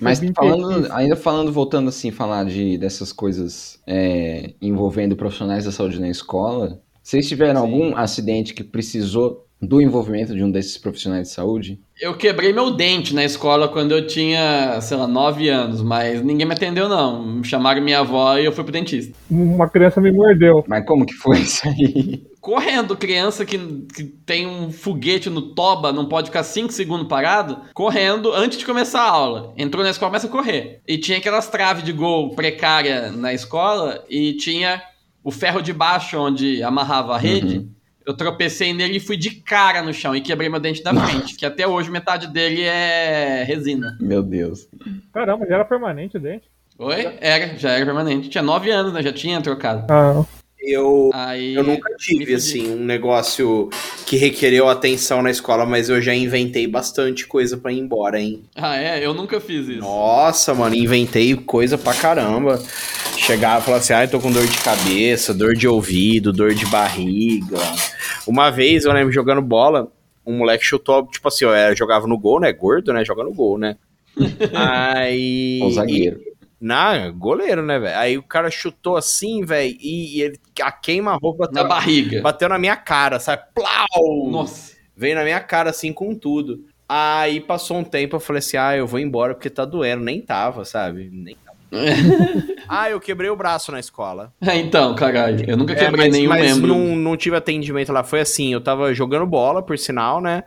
Speaker 4: Mas
Speaker 5: Foi bem
Speaker 4: falando,
Speaker 5: perfeito.
Speaker 4: ainda falando, voltando assim, falar de, dessas coisas é, envolvendo profissionais da saúde na escola, vocês tiveram
Speaker 3: Sim.
Speaker 4: algum acidente que precisou do envolvimento de um desses profissionais de saúde?
Speaker 3: Eu quebrei meu dente na escola quando eu tinha, sei lá, 9 anos, mas ninguém me atendeu, não. Me Chamaram minha avó e eu fui pro dentista.
Speaker 5: Uma criança me mordeu.
Speaker 4: Mas como que foi isso aí?
Speaker 3: Correndo, criança que, que tem um foguete no toba, não pode ficar 5 segundos parado, correndo antes de começar a aula. Entrou na escola, começa a correr. E tinha aquelas traves de gol precária na escola e tinha o ferro de baixo onde amarrava a rede.
Speaker 4: Uhum.
Speaker 3: Eu tropecei nele e fui de cara no chão e quebrei meu dente da frente, que até hoje metade dele é resina.
Speaker 4: Meu Deus.
Speaker 5: Caramba, já era permanente o dente.
Speaker 3: Oi? Era, já era permanente. Tinha 9 anos, né? Já tinha trocado.
Speaker 5: Ah,
Speaker 6: eu,
Speaker 3: Aí,
Speaker 6: eu nunca tive,
Speaker 3: fudi.
Speaker 6: assim, um negócio que requereu atenção na escola, mas eu já inventei bastante coisa pra ir embora, hein?
Speaker 3: Ah, é? Eu nunca fiz isso.
Speaker 6: Nossa, mano, inventei coisa pra caramba. Chegava e falava assim, ah, eu tô com dor de cabeça, dor de ouvido, dor de barriga. Uma vez, eu lembro, jogando bola, um moleque chutou, tipo assim, ó, era- jogava no gol, né? Gordo, né? Joga no gol, né? Aí...
Speaker 4: O zagueiro.
Speaker 6: Na, goleiro, né, velho? Aí o cara chutou assim, velho, e, e ele a queima-roupa
Speaker 3: Na barriga.
Speaker 6: bateu na minha cara, sabe? Plau!
Speaker 3: Nossa.
Speaker 6: Veio na minha cara assim com tudo. Aí passou um tempo, eu falei assim: ah, eu vou embora porque tá doendo. Nem tava, sabe? Nem tava. ah, eu quebrei o braço na escola.
Speaker 3: É, então, caralho. Eu nunca
Speaker 6: É,
Speaker 3: quebrei
Speaker 6: mas
Speaker 3: nenhum
Speaker 6: mas
Speaker 3: membro.
Speaker 6: não, não tive atendimento lá. Foi assim: eu tava jogando bola, por sinal, né?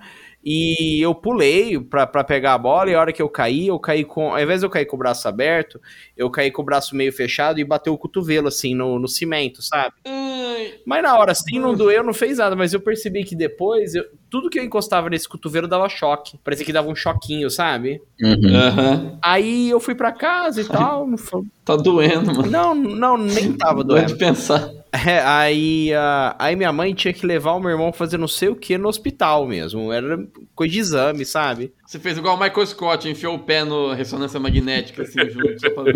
Speaker 6: E eu pulei pra, pra pegar a bola, e a hora que eu caí, eu caí com. Ao invés de eu cair com o braço aberto, eu caí com o braço meio fechado e bateu o cotovelo, assim, no, no cimento, sabe?
Speaker 3: Ai,
Speaker 6: Mas na hora, assim, não doeu, não fez nada. Mas eu percebi que depois, eu- tudo que eu encostava nesse cotovelo dava choque. Parecia que dava um choquinho, sabe?
Speaker 3: ah,
Speaker 4: Uhum.
Speaker 3: Aham.
Speaker 6: Aí eu fui pra casa e tal. Não, foi-
Speaker 3: Tá doendo, mano.
Speaker 6: não, não, nem tava
Speaker 3: Doendo
Speaker 6: Tá doendo.
Speaker 3: de pensar.
Speaker 6: É, aí, ah, aí minha mãe tinha que levar o meu irmão fazer não sei o que no hospital mesmo. Era coisa de exame, sabe?
Speaker 3: Você fez igual o Michael Scott, enfiou o pé no ressonância magnética, assim, junto. Só pra...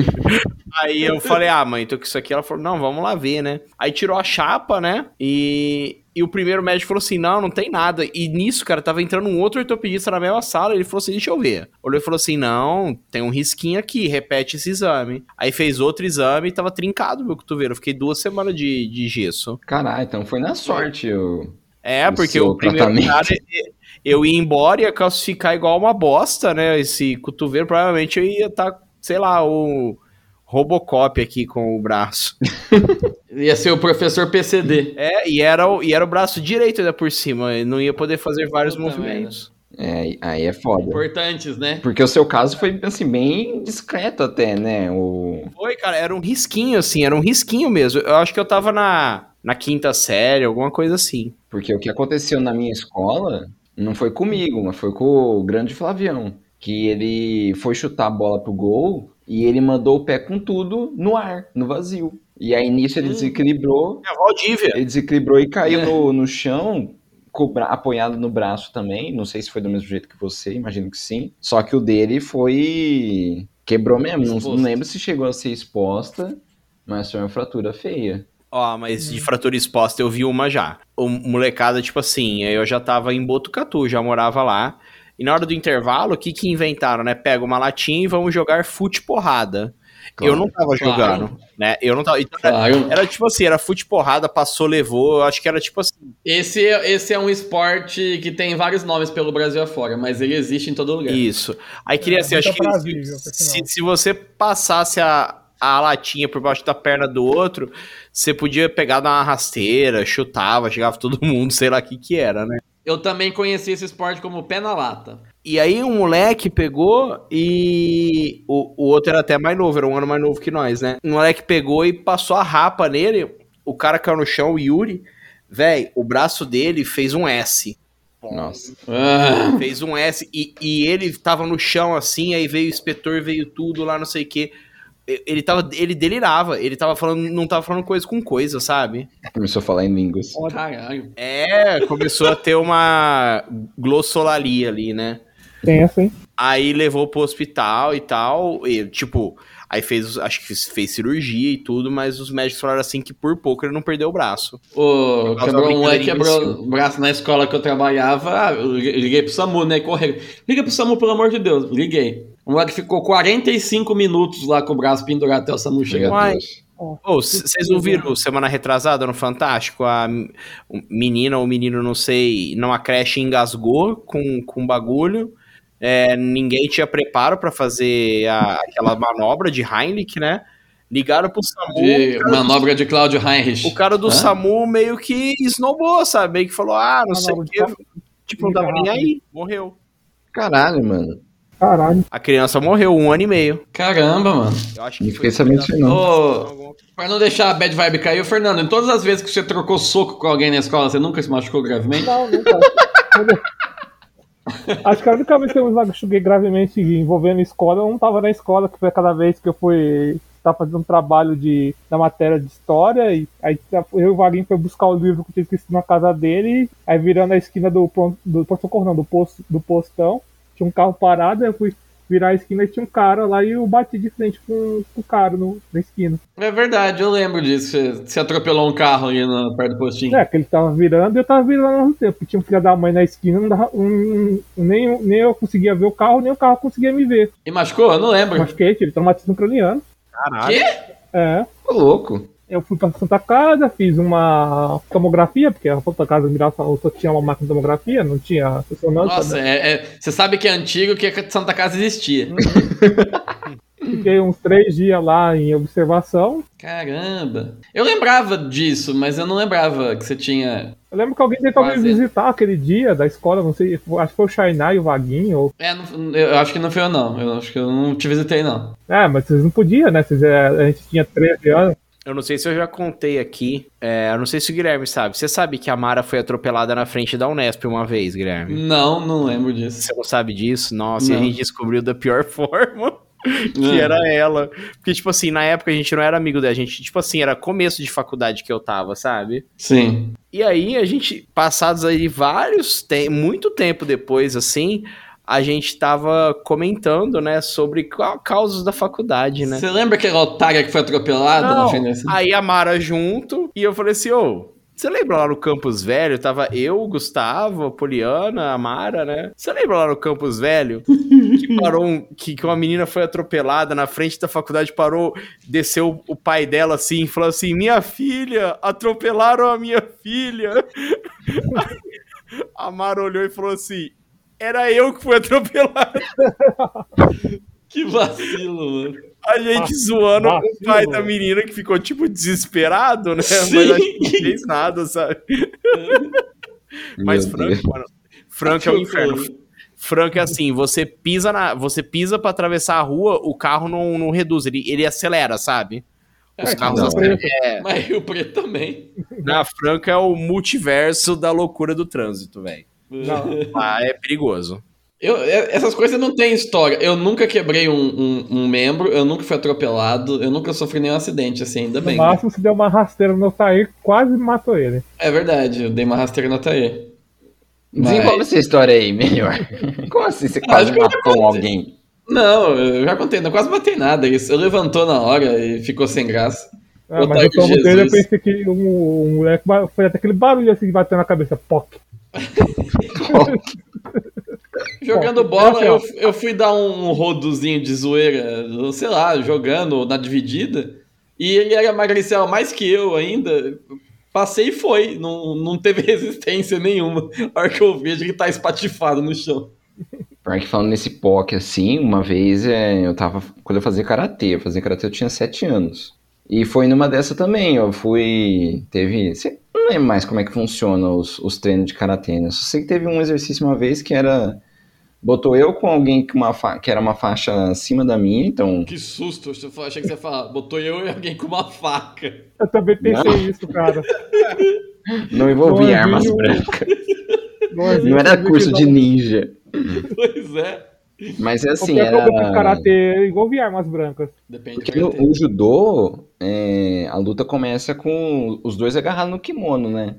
Speaker 6: Aí eu falei, ah, mãe, tô com isso aqui. Ela falou, não, vamos lá ver, né? Aí tirou a chapa, né? E, e o primeiro médico falou assim: não, não tem nada. E nisso, cara, tava entrando um outro ortopedista na mesma sala. Ele falou assim: deixa eu ver. Olhou e falou assim: não, tem um risquinho aqui, repete esse exame. Aí fez outro exame e tava trincado meu cotovelo. Eu Fiquei duas semanas de, de gesso.
Speaker 4: Caralho, então foi na sorte. Eu...
Speaker 6: É,
Speaker 4: O
Speaker 6: porque
Speaker 4: seu
Speaker 6: o primeiro
Speaker 4: tratamento.
Speaker 6: cara, eu ia embora e ia calcificar igual uma bosta, né? Esse cotovelo, provavelmente eu ia estar, sei lá, o Robocop aqui com o braço.
Speaker 3: Ia ser o professor PCD.
Speaker 6: É, e era, o- e era o braço direito ainda por cima, e não ia poder fazer vários
Speaker 3: Puta
Speaker 6: movimentos.
Speaker 4: É, aí é foda.
Speaker 3: Importantes, né?
Speaker 4: Porque o seu caso foi, assim, bem discreto até, né? O...
Speaker 6: Foi, cara, era um risquinho assim, era um risquinho mesmo. Eu acho que eu tava na, na quinta série, alguma coisa assim.
Speaker 4: Porque o que aconteceu na minha escola não foi comigo, mas foi com o grande Flavião. Que ele foi chutar a bola pro gol e ele mandou o pé com tudo no ar, no vazio. E aí nisso ele
Speaker 3: Hum.
Speaker 4: desequilibrou
Speaker 6: É, Valdívia.
Speaker 4: Ele desequilibrou e
Speaker 3: É.
Speaker 4: caiu no, no chão, com o bra- apoiado no braço também. Não sei se foi do mesmo jeito que você, imagino que sim. Só que o dele foi. Quebrou mesmo. Não,
Speaker 3: Exposto.
Speaker 4: não lembro se chegou a ser exposta, mas foi uma fratura feia.
Speaker 6: Ó, mas de fratura exposta eu vi uma já. O molecada, tipo assim, eu já tava em Botucatu, já morava lá. E na hora do intervalo, o que que inventaram, né? Pega uma latinha e vamos jogar fute porrada.
Speaker 4: Claro.
Speaker 6: eu não
Speaker 3: Claro.
Speaker 6: tava jogando, né? Eu não tava. Então, era,
Speaker 3: Claro.
Speaker 6: era tipo assim, era fute porrada, passou, levou. Eu acho que era tipo assim.
Speaker 3: Esse, é- esse é um esporte que tem vários nomes pelo Brasil afora, mas ele existe em todo lugar.
Speaker 6: Isso. Aí queria assim,
Speaker 5: muito
Speaker 6: acho que
Speaker 5: aprazível, por
Speaker 6: se,
Speaker 5: sinal.
Speaker 6: se você passasse a, a latinha por baixo da perna do outro, você podia pegar na rasteira, chutava, chegava todo mundo, sei lá o que que era, né?
Speaker 3: Eu também conheci esse esporte como pé na lata.
Speaker 6: E aí um moleque pegou e o, o outro era até mais novo, era um ano mais novo que nós, né? Um moleque pegou e passou a rapa nele, o cara caiu no chão, o Yuri, velho, o braço dele fez um S.
Speaker 4: Nossa.
Speaker 3: Ah,
Speaker 6: Fez um S e, e ele tava no chão assim, aí veio o inspetor, veio tudo lá, não sei o quê. E- Ele tava, ele delirava, ele tava falando, não tava falando coisa com coisa, sabe?
Speaker 4: Começou a falar em línguas.
Speaker 3: caralho.
Speaker 6: É, começou a ter uma glossolalia ali, né?
Speaker 5: Tem essa, hein?
Speaker 6: Aí levou pro hospital e tal, e, tipo, aí fez, acho que fez, fez cirurgia e tudo, mas os médicos falaram assim que por pouco ele não perdeu o braço.
Speaker 3: O,
Speaker 6: Por causa
Speaker 3: quebrou
Speaker 6: da
Speaker 3: um moleque,
Speaker 6: brincadeirinha
Speaker 3: quebrou o braço na escola que eu trabalhava. ah, eu li- Liguei pro SAMU, né? Correram. Liga pro SAMU, pelo amor de Deus. Liguei. O moleque ficou 45 minutos lá com o braço pendurado até o SAMU chegar.
Speaker 4: Meu
Speaker 6: Uai.
Speaker 4: Deus.
Speaker 6: Ô, c- vocês ouviram semana retrasada no Fantástico? A m- o menina ou menino, não sei, numa creche engasgou com, com um bagulho. É, ninguém tinha preparo pra fazer a- aquela manobra de Heinrich, né? Ligaram pro SAMU.
Speaker 3: De manobra de Cláudio Heinrich.
Speaker 6: O cara do
Speaker 3: Hã?
Speaker 6: SAMU meio que esnobou, sabe? Meio que falou, ah, não
Speaker 5: Ah,
Speaker 6: sei
Speaker 5: não,
Speaker 6: o quê. Tipo, não tava nem aí. Morreu.
Speaker 4: Caralho, mano.
Speaker 5: Caralho.
Speaker 6: A criança morreu, um ano e meio.
Speaker 3: Caramba, mano.
Speaker 6: Eu acho um
Speaker 4: Não fiquei sabendo disso, não.
Speaker 3: Ô, pra não deixar a bad vibe cair, ô, Fernando, em todas as vezes que você trocou soco com alguém na escola, você nunca se machucou gravemente?
Speaker 5: Não, não tá. Acho que a única vez que eu me machuquei gravemente envolvendo escola, eu não tava na escola, que foi aquela vez que eu fui tá fazendo um trabalho de, da matéria de história, e aí eu e o Vaguinho foi buscar o livro que eu tinha esquecido na casa dele, aí virando a esquina do pronto, do pronto-socorro, não, do, posto, do postão, tinha um carro parado, aí eu fui virar a esquina e tinha um cara lá e eu bati de frente com o cara no, na esquina.
Speaker 3: É verdade, eu lembro disso. Você, você atropelou um carro ali na, perto do postinho.
Speaker 5: É, que ele tava virando e eu tava virando ao mesmo tempo. porque Tinha um filho da mãe na esquina, não dava, um- nem, nem eu conseguia ver o carro, nem o carro conseguia me ver.
Speaker 3: E machucou? Eu não lembro.
Speaker 5: Machuquei, tive traumatismo craniano.
Speaker 6: Caralho.
Speaker 3: Quê?
Speaker 5: É.
Speaker 4: Ô, louco.
Speaker 5: Eu fui pra Santa Casa, fiz uma tomografia, porque a Santa Casa Mirassol só tinha uma máquina de tomografia, não tinha ressonância. né?
Speaker 3: Nossa, é- é- você sabe que é antigo que a Santa Casa existia.
Speaker 5: Fiquei uns três dias lá em observação.
Speaker 3: Caramba. Eu lembrava disso, mas eu não lembrava que você tinha.
Speaker 5: Eu lembro que alguém tentou me
Speaker 3: Quase. visitar
Speaker 5: visitar aquele dia da escola, não sei, acho que foi o Shainai e o Vaguinho, ou
Speaker 3: É, não- eu acho que não foi eu, não. Eu acho que eu não te visitei, não.
Speaker 5: É, mas vocês não podiam, né? Vocês, é, a gente tinha 13 anos.
Speaker 6: Eu não sei se eu já contei aqui. É, eu não sei se o Guilherme sabe. Você sabe que a Mara foi atropelada na frente da Unesp uma vez, Guilherme?
Speaker 3: Não, não lembro disso.
Speaker 6: Você não sabe disso? Nossa,
Speaker 3: Hum.
Speaker 6: e
Speaker 3: Não.
Speaker 6: a gente descobriu da pior forma
Speaker 3: Não.
Speaker 6: que era ela. Porque, tipo assim, na época a gente não era amigo da gente. Tipo assim, era começo de faculdade que eu tava, sabe?
Speaker 3: Sim.
Speaker 6: E aí a gente, passados aí vários, te muito tempo depois, assim, a gente tava comentando, né, sobre ca- causas da faculdade, né?
Speaker 3: Você lembra aquela otária que foi atropelada na
Speaker 6: Não, Ah.
Speaker 3: frente desse-
Speaker 6: Aí a Mara junto, e eu falei assim, ô, você lembra lá no Campus Velho? Tava eu, o Gustavo, a Poliana, a Mara, né? Você lembra lá no Campus Velho? Que parou um- que, que uma menina foi atropelada na frente da faculdade, parou, desceu o pai dela assim, falou assim, minha filha, atropelaram a minha filha. a Mara olhou e falou assim, era eu que fui atropelada.
Speaker 3: Que vacilo, mano.
Speaker 6: A gente zoando o
Speaker 5: vacilo.
Speaker 6: pai
Speaker 4: né?
Speaker 6: da menina que ficou, tipo, desesperado, né? Mas
Speaker 3: Sim.
Speaker 6: acho que não fez nada, sabe? Mas
Speaker 4: Meu Deus.
Speaker 6: Franco, mano. Franco é o inferno. Franco é assim, você pisa na, você pisa para atravessar a rua, o carro não, não reduz, ele, ele acelera, sabe? Os
Speaker 5: É,
Speaker 6: carros
Speaker 4: não,
Speaker 6: aceleram. É,
Speaker 3: Mas Rio Preto também.
Speaker 6: Na Franca é o multiverso da loucura do trânsito, velho. Ah, é perigoso.
Speaker 3: Eu, eu- essas coisas não têm história. Eu nunca quebrei um, um- um membro, eu nunca fui atropelado, eu nunca sofri nenhum acidente, assim, ainda
Speaker 5: No
Speaker 3: bem.
Speaker 5: máximo, se deu uma rasteira no Tair, quase matou ele.
Speaker 3: É verdade, eu dei uma rasteira no Taê.
Speaker 4: Desenvolve
Speaker 3: Mas-
Speaker 4: essa história aí melhor. Como assim você
Speaker 3: acho
Speaker 4: quase
Speaker 3: que eu
Speaker 4: matou alguém?
Speaker 3: Não, eu já contei, não quase bati em nada. Isso. Eu levantou na hora e ficou sem graça.
Speaker 5: É,
Speaker 3: O
Speaker 5: mas
Speaker 3: Tair
Speaker 5: eu tomo
Speaker 3: Jesus.
Speaker 5: dele, eu pensei que um, um moleque ba- foi até aquele barulho assim que bateu na cabeça. Poc.
Speaker 3: Jogando
Speaker 5: Bom,
Speaker 3: bola,
Speaker 5: é
Speaker 3: eu,
Speaker 5: assim,
Speaker 3: eu fui dar um rodozinho de zoeira, sei lá, jogando na dividida. E ele era magricel mais que eu ainda. Passei e foi. Não, não teve resistência nenhuma. A hora que eu vejo ele tá espatifado no chão.
Speaker 4: Pior que falando nesse POC assim, uma vez é, eu tava. Quando eu fazia karatê, eu fazia karatê, eu tinha 7 anos. E foi numa dessa também, eu fui. Teve. Sei, não lembro mais como é que funciona os, os treinos de karatê, né? Só sei que teve um exercício uma vez que era. Botou eu com alguém que, uma fa- que era uma faixa acima da minha, então.
Speaker 3: Que susto. Eu achei que você ia falar, botou eu e alguém com uma faca.
Speaker 5: Eu também pensei
Speaker 4: Não.
Speaker 5: isso, cara.
Speaker 4: Não envolvia
Speaker 5: Não, um
Speaker 4: armas
Speaker 5: não.
Speaker 4: brancas.
Speaker 5: existe
Speaker 4: Não era
Speaker 5: esse
Speaker 4: curso de
Speaker 5: episódio.
Speaker 4: ninja.
Speaker 3: Pois é.
Speaker 4: Mas é assim,
Speaker 5: Qualquer
Speaker 4: era.
Speaker 5: coisa de karatê envolve armas brancas.
Speaker 3: Depende
Speaker 4: Porque
Speaker 3: do
Speaker 4: no,
Speaker 3: karatê.
Speaker 4: no judô, é, a luta começa com os dois agarrados no kimono, né?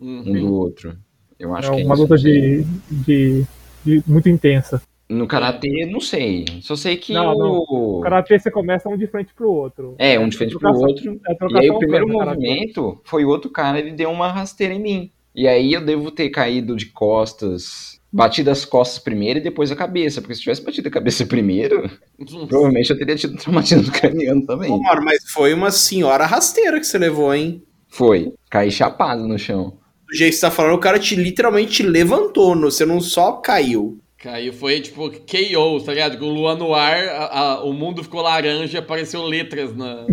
Speaker 4: Um
Speaker 3: Uhum.
Speaker 4: do outro. Eu acho
Speaker 5: é
Speaker 4: que é
Speaker 5: uma
Speaker 4: isso.
Speaker 5: luta de, de, de- muito intensa.
Speaker 4: No karatê, não sei. Só sei que
Speaker 5: Não, não.
Speaker 4: o...
Speaker 5: O karatê você começa um de frente pro outro.
Speaker 4: É, um de frente pro
Speaker 5: Trocação-
Speaker 4: outro.
Speaker 5: É
Speaker 4: E aí
Speaker 5: trocação
Speaker 4: o primeiro
Speaker 5: franca, karatê.
Speaker 4: movimento foi o outro cara, ele deu uma rasteira em mim. E aí eu devo ter caído de costas, batido as costas primeiro e depois a cabeça. Porque se tivesse batido a cabeça primeiro,
Speaker 3: Uhum.
Speaker 4: provavelmente eu teria tido traumatismo craniano também.
Speaker 6: mano, mas foi uma senhora rasteira que você levou, hein?
Speaker 4: Foi. Caí chapado no chão.
Speaker 6: Do jeito que você tá falando, o cara te literalmente te levantou, não- você não só caiu.
Speaker 3: Caiu, foi tipo KO, tá ligado? Com o Lua no ar, a- a- o mundo ficou laranja e apareceu letras na,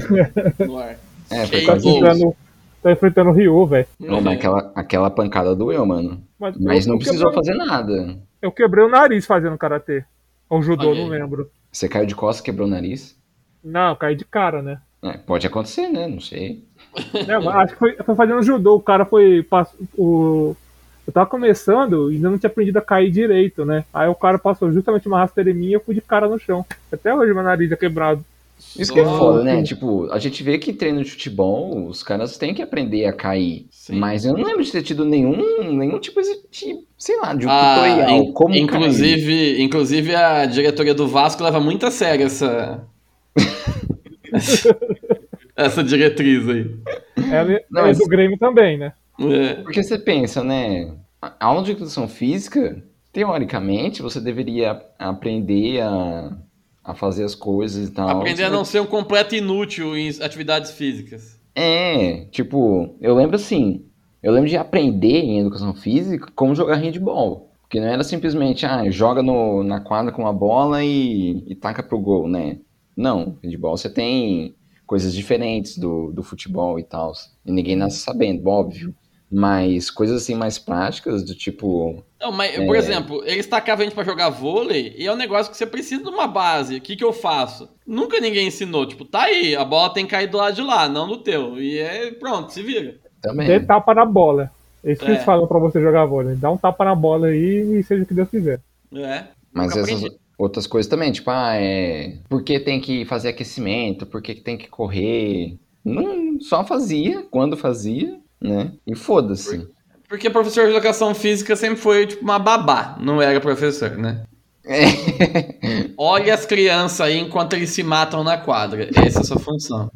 Speaker 3: no ar.
Speaker 4: É, foi
Speaker 3: KO.
Speaker 5: Tá enfrentando, tá enfrentando o Ryu, velho.
Speaker 4: Não, mas aquela, aquela pancada doeu, mano. Mas
Speaker 5: eu-
Speaker 4: não
Speaker 5: eu
Speaker 4: precisou
Speaker 5: quebrei-
Speaker 4: fazer nada.
Speaker 5: Eu quebrei o nariz fazendo karatê. Ou judô,
Speaker 3: Olha
Speaker 5: não
Speaker 3: aí.
Speaker 5: lembro.
Speaker 4: Você caiu de costas, quebrou o nariz?
Speaker 5: Não, eu caí de cara, né?
Speaker 4: É, pode acontecer, né? Não sei.
Speaker 5: É, mas acho que foi, foi fazendo judô. O cara foi. Passou, o, eu tava começando e ainda não tinha aprendido a cair direito, né? Aí o cara passou justamente uma rasteira em mim e eu fui de cara no chão. Até hoje meu nariz é quebrado.
Speaker 4: Isso que é
Speaker 3: Só- um
Speaker 4: foda, né? Tipo, a gente vê que treino de futebol, os caras têm que aprender a cair.
Speaker 3: Sim.
Speaker 4: Mas eu não lembro de ter tido nenhum, nenhum tipo de, de- sei lá, de um
Speaker 3: Ah,
Speaker 4: tutorial.
Speaker 3: in-
Speaker 4: como cair.
Speaker 3: inclusive, inclusive a diretoria do Vasco leva muito a sério essa essa diretriz aí.
Speaker 5: Ela é-
Speaker 4: Não,
Speaker 5: ela é
Speaker 4: mas-
Speaker 5: do Grêmio também, né?
Speaker 3: É.
Speaker 4: Porque você pensa, né? A aula de educação física, teoricamente, você deveria aprender a, a fazer as coisas e tal.
Speaker 3: Aprender a não ser um completo inútil em atividades físicas.
Speaker 4: É, tipo, eu lembro assim, eu lembro de aprender em educação física como jogar handball. Porque não era simplesmente, ah, joga no, na quadra com uma bola e, e taca pro gol, né? Não, handball você tem coisas diferentes do, do futebol e tal. E ninguém nasce sabendo, óbvio. Mas coisas assim mais práticas, do tipo,
Speaker 3: Não, mas, por exemplo, eles tacavam a gente pra jogar vôlei e é um negócio que você precisa de uma base. O que, que eu faço? Nunca ninguém ensinou. Tipo, tá aí, a bola tem que cair do lado de lá, não do teu. E é pronto, se vira.
Speaker 4: também.
Speaker 5: Dê tapa na bola. É isso que
Speaker 3: É.
Speaker 5: eles falam pra você jogar vôlei. Dá um tapa na bola aí e seja o que Deus quiser.
Speaker 3: É.
Speaker 4: Mas
Speaker 3: Nunca
Speaker 4: essas
Speaker 3: aprendi.
Speaker 4: outras coisas também, tipo, ah, é. Por que tem que fazer aquecimento? Por que que tem que correr? Não, só fazia quando fazia, né? E foda-se.
Speaker 3: Porque professor de educação física sempre foi tipo uma babá, não era professor, né? Olha as crianças aí enquanto eles se matam na quadra. Essa é a sua função.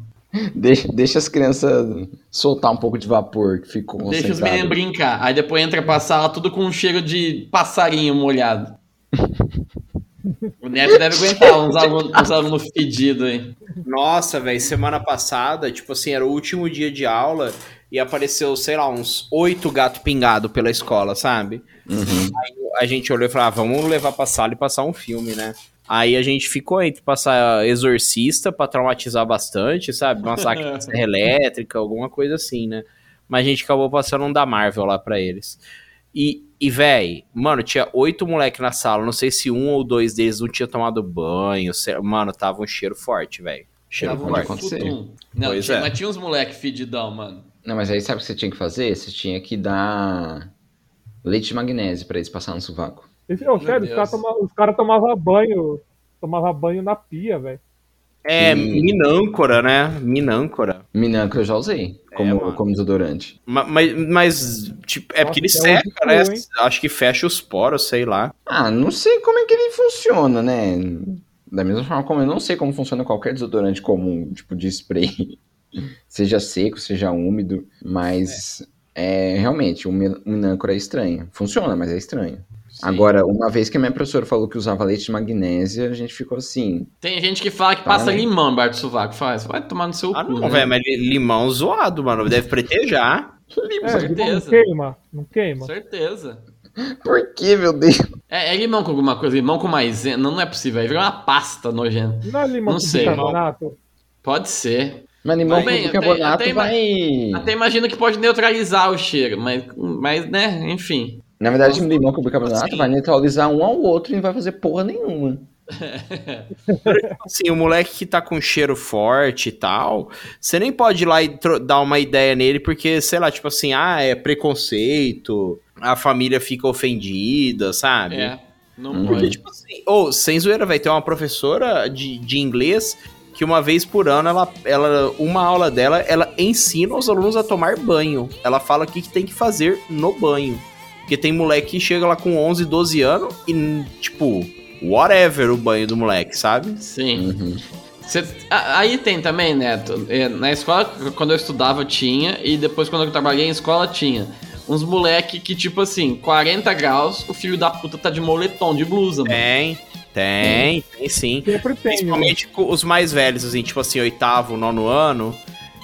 Speaker 4: Deixa, deixa as crianças soltar um pouco de vapor que ficou
Speaker 3: Deixa os
Speaker 4: concentrado.
Speaker 3: meninos brincar. Aí depois entra pra sala tudo com um cheiro de passarinho molhado. O Neto deve aguentar uns alunos, uns alunos fedidos aí.
Speaker 6: Nossa, velho, semana passada, tipo assim, era o último dia de aula e apareceu, sei lá, uns oito gato pingado pela escola, sabe?
Speaker 4: Uhum.
Speaker 6: Aí a gente olhou e falou, ah, vamos levar pra sala e passar um filme, né? Aí a gente ficou entre passar Exorcista pra traumatizar bastante, sabe? Massacre da Serra Elétrica, alguma coisa assim, né? Mas a gente acabou passando um da Marvel lá pra eles. E, e véi, mano, tinha oito moleque na sala. Não sei se um ou dois deles não tinha tomado banho. se- Mano, tava um cheiro forte, velho. Cheiro
Speaker 3: Tava um
Speaker 4: pode
Speaker 6: forte.
Speaker 3: de
Speaker 4: acontecer.
Speaker 3: futum. Não,
Speaker 6: Pois
Speaker 3: tinha,
Speaker 6: é.
Speaker 3: mas tinha uns moleque fedidão, mano.
Speaker 4: Não, mas aí sabe o que você tinha que fazer? Você tinha que dar leite de magnésio pra eles passar no sovaco.
Speaker 5: Esse, oh, sério, os
Speaker 3: Deus.
Speaker 5: caras toma, os cara tomavam banho. Tomava banho na pia, velho.
Speaker 6: É,
Speaker 4: Hum.
Speaker 6: minâncora, né? Minâncora.
Speaker 4: Minã que eu já usei
Speaker 3: É,
Speaker 4: como,
Speaker 6: mano.
Speaker 4: como desodorante.
Speaker 6: Ma- Mas, mas tipo, é porque ele
Speaker 5: Nossa, até
Speaker 6: seca,
Speaker 5: hoje
Speaker 6: né?
Speaker 5: ficou, hein?
Speaker 6: Acho que fecha os poros, sei lá.
Speaker 4: Ah, não sei como é que ele funciona, né? Da mesma forma como eu não sei como funciona qualquer desodorante comum, tipo de spray. seja seco, seja úmido, mas é, realmente, o min- minâncora é estranho. Funciona, mas é estranho. Agora, uma vez que a minha professora falou que usava leite de magnésia, a gente ficou assim.
Speaker 3: Tem gente que fala que
Speaker 4: Fala
Speaker 3: passa
Speaker 4: aí.
Speaker 3: limão embaixo do sovaco. Faz, vai tomar no seu
Speaker 6: né? Ah,
Speaker 3: cu. né?"
Speaker 6: não, velho, mas li- limão zoado, mano. Deve pretejar.
Speaker 5: É, não
Speaker 3: certeza.
Speaker 5: queima, não queima.
Speaker 3: Certeza.
Speaker 4: Por que, meu Deus?
Speaker 3: É, é limão com alguma coisa, limão com maisena. Não, não é possível, aí virou uma pasta nojenta.
Speaker 5: Não é limão
Speaker 3: Não
Speaker 5: com
Speaker 3: sei,
Speaker 5: bicarbonato?
Speaker 3: Pode ser.
Speaker 4: Mas limão
Speaker 3: Mas, bem,
Speaker 4: com
Speaker 3: eu tenho-
Speaker 4: bicarbonato
Speaker 3: eu tenho
Speaker 4: vai.
Speaker 3: Até imagino que pode neutralizar o cheiro, mas, mas né, enfim.
Speaker 4: Na verdade, limão com bicarbonato
Speaker 6: Assim.
Speaker 4: vai neutralizar um ao outro e não vai fazer porra nenhuma.
Speaker 6: Assim, o moleque que tá com cheiro forte e tal, você nem pode ir lá e tro- dar uma ideia nele, porque, sei lá, tipo assim, ah, é preconceito, a família fica ofendida, sabe?
Speaker 3: É, não
Speaker 4: Hum.
Speaker 6: Porque,
Speaker 3: pode.
Speaker 6: tipo assim, ou, sem zoeira, vai ter uma professora de, de inglês que uma vez por ano, ela, ela, uma aula dela, ela ensina os alunos a tomar banho. Ela fala o que, que tem que fazer no banho. Porque tem moleque que chega lá com 11, 12 anos e, tipo, whatever o banho do moleque, sabe?
Speaker 3: Sim.
Speaker 4: Uhum.
Speaker 3: Cê- a- aí tem também, Neto. é, Na escola, quando eu estudava, tinha. E depois, quando eu trabalhei em escola, tinha. Uns moleque que, tipo assim, 40 graus, o filho da puta tá de moletom, de blusa, mano.
Speaker 6: Tem, tem, tem sim.
Speaker 5: Sempre tem. né?
Speaker 6: Principalmente com os mais velhos, assim, tipo assim, oitavo, nono ano,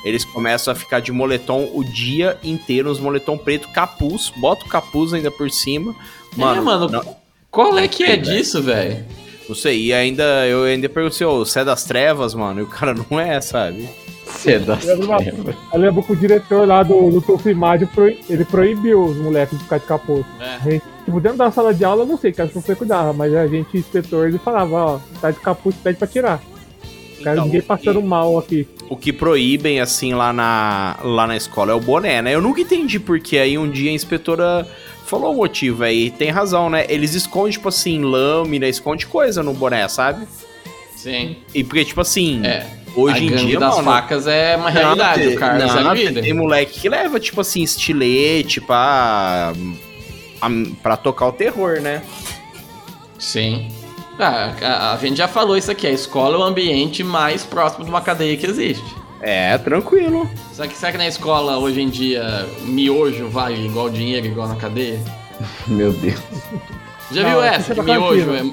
Speaker 6: eles começam a ficar de moletom o dia inteiro, uns moletom preto, capuz, bota o capuz ainda por cima. Mano,
Speaker 3: é, mano
Speaker 6: não,
Speaker 3: qual é que é
Speaker 6: Não sei,
Speaker 3: disso, velho?
Speaker 6: não sei, e ainda, eu ainda perguntei, ô, você é das trevas, mano? E o cara não é, sabe?
Speaker 4: Cedo.
Speaker 3: é
Speaker 5: Eu lembro, uma- eu lembro que o diretor lá do, do Tufimad, ele proibiu os moleques de ficar de capô.
Speaker 3: É.
Speaker 5: A gente, tipo, dentro da sala de aula, eu não sei, que as pessoas cuidavam, mas a gente, inspetor, ele falava, ó, tá de capuz, pede pra tirar. Cara,
Speaker 6: Então,
Speaker 5: ninguém passando mal aqui.
Speaker 6: O que proíbem, assim, lá na, lá na escola é o boné, né? Eu nunca entendi porque aí um dia a inspetora falou o motivo, aí tem razão, né? Eles escondem, tipo assim, lâmina, esconde coisa no boné, sabe?
Speaker 3: Sim.
Speaker 6: E porque, tipo assim,
Speaker 3: É.
Speaker 6: Hoje
Speaker 3: a
Speaker 6: em
Speaker 3: gangue
Speaker 6: dia,
Speaker 3: das
Speaker 6: mano,
Speaker 3: facas é uma realidade,
Speaker 6: nada,
Speaker 3: o Carlos é
Speaker 6: nada.
Speaker 3: vida.
Speaker 6: Tem moleque que leva, tipo assim, estilete pra, a- pra tocar o terror, né?
Speaker 3: Sim. Ah, a, a gente já falou isso aqui, a escola é o ambiente mais próximo de uma cadeia que existe.
Speaker 6: É, tranquilo.
Speaker 3: Será que, será que na escola, hoje em dia, miojo vale igual dinheiro, igual na cadeia?
Speaker 4: Meu Deus.
Speaker 3: Já
Speaker 5: Não,
Speaker 3: viu
Speaker 5: isso
Speaker 3: essa?
Speaker 5: é
Speaker 3: Que
Speaker 5: pra
Speaker 3: miojo, é,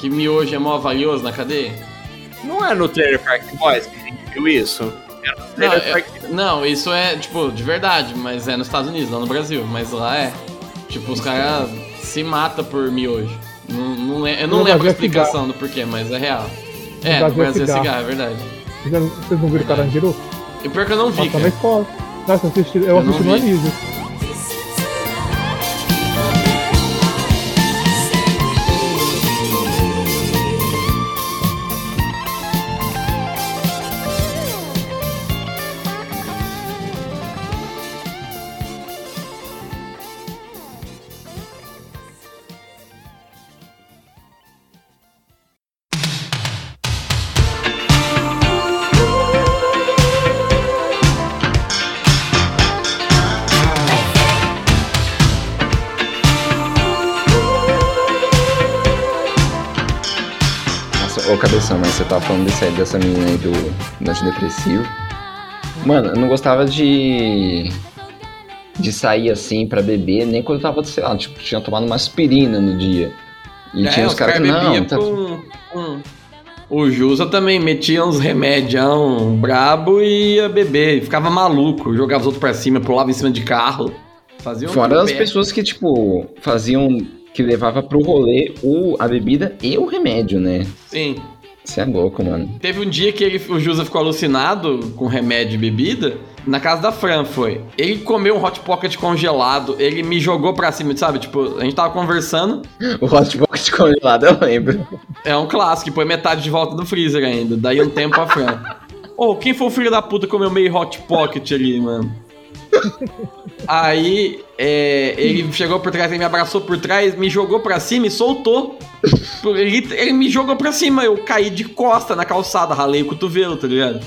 Speaker 3: que miojo é mó valioso na cadeia?
Speaker 6: Não é no trailer Park Boys que a gente viu isso? É no
Speaker 3: Não,
Speaker 6: trailer
Speaker 3: é-
Speaker 6: Park
Speaker 3: não, isso é, tipo, de verdade, mas é nos Estados Unidos, não no Brasil. Mas lá é. Tipo, os caras se matam por miojo. Não, não le- eu não
Speaker 5: No
Speaker 3: lembro
Speaker 5: Brasil
Speaker 3: a
Speaker 5: é
Speaker 3: explicação do porquê, mas é real. É, no
Speaker 5: Brasil é
Speaker 3: Brasil é
Speaker 5: cigarro.
Speaker 3: cigarro, é verdade.
Speaker 5: Já- Vocês não viram Carandiru?
Speaker 3: E pior que eu não vi,
Speaker 5: Passou na
Speaker 3: cara.
Speaker 5: escola. Nossa, eu assisti, eu
Speaker 3: Eu não
Speaker 5: assisti no
Speaker 3: vi.
Speaker 5: anime.
Speaker 4: Nossa, ô cabeção, mas você tava falando desse aí, dessa menina aí do do antidepressivo. Mano, eu não gostava de. de sair assim pra beber, nem quando eu tava, sei lá, tipo, tinha tomado uma aspirina no dia. E
Speaker 3: É,
Speaker 4: tinha uns
Speaker 3: os
Speaker 4: caras que
Speaker 3: cara bebia
Speaker 4: não, tá
Speaker 3: com- com- O Jusa também metia uns remedião brabo e ia beber. Ficava maluco, jogava os outros pra cima, pulava em cima de carro. Fazia um
Speaker 4: Fora as
Speaker 3: pé.
Speaker 4: pessoas que, tipo, faziam. que levava pro rolê o, a bebida e o remédio, né?
Speaker 3: Sim.
Speaker 4: Você é louco, mano.
Speaker 3: Teve um dia que ele- o Jusa ficou alucinado com remédio e bebida. Na casa da Fran foi. Ele comeu um hot pocket congelado, ele me jogou pra cima, sabe? Tipo, a gente tava conversando.
Speaker 4: O hot pocket congelado, eu lembro.
Speaker 3: É um clássico, e põe metade de volta do freezer ainda. Daí um tempo a Fran. Ô, quem foi o filho da puta que comeu meio hot pocket ali, mano? Aí é, ele chegou por trás, ele me abraçou por trás, me jogou pra cima e soltou. Ele, ele me jogou pra cima, eu caí de costa na calçada, ralei o cotovelo, tá ligado?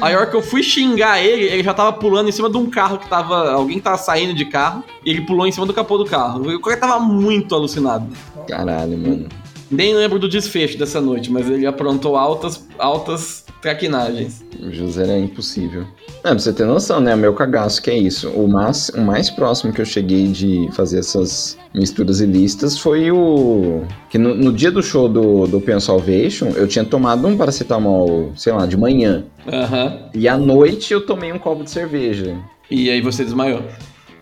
Speaker 3: Aí a hora que eu fui xingar ele, ele já tava pulando em cima de um carro que tava. Alguém tava saindo de carro e ele pulou em cima do capô do carro. O cara tava muito alucinado.
Speaker 4: Caralho, mano.
Speaker 3: Nem lembro do desfecho dessa noite, mas ele aprontou altas, altas traquinagens.
Speaker 4: O José era impossível. É, pra você ter noção, né? O meu cagaço que é isso. O mais, o mais próximo que eu cheguei de fazer essas misturas ilícitas foi o. Que no, no dia do show do, do Open Salvation, eu tinha tomado um paracetamol, sei lá, de manhã.
Speaker 3: Aham.
Speaker 4: E à noite eu tomei um copo de cerveja.
Speaker 3: E aí você desmaiou.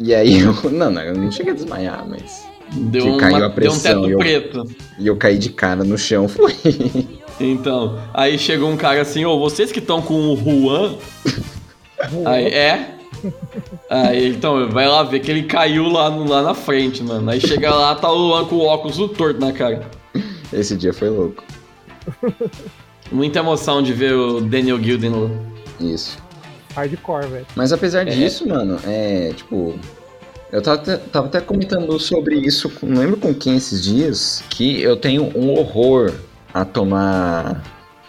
Speaker 4: E aí eu. Não, não, eu não cheguei a desmaiar, mas.
Speaker 3: Deu,
Speaker 4: Que
Speaker 3: uma-
Speaker 4: caiu a
Speaker 3: deu um
Speaker 4: pressão,
Speaker 3: teto
Speaker 4: eu-
Speaker 3: preto.
Speaker 4: E eu caí de cara no chão. Foi.
Speaker 3: Então, aí chegou um cara assim, ô, vocês que estão com o Juan? Aí, é. Aí, então, vai lá ver que ele caiu lá, no- lá na frente, mano. Aí chega lá, tá o Luan com o óculos tudo torto na cara.
Speaker 4: Esse dia foi louco.
Speaker 3: Muita emoção de ver o Daniel Gilden lá.
Speaker 4: Isso.
Speaker 5: Hardcore, velho.
Speaker 4: Mas apesar
Speaker 3: É.
Speaker 4: disso, mano, é tipo. Eu tava até, tava até comentando sobre isso, com- não lembro com quem esses dias, que eu tenho um horror a tomar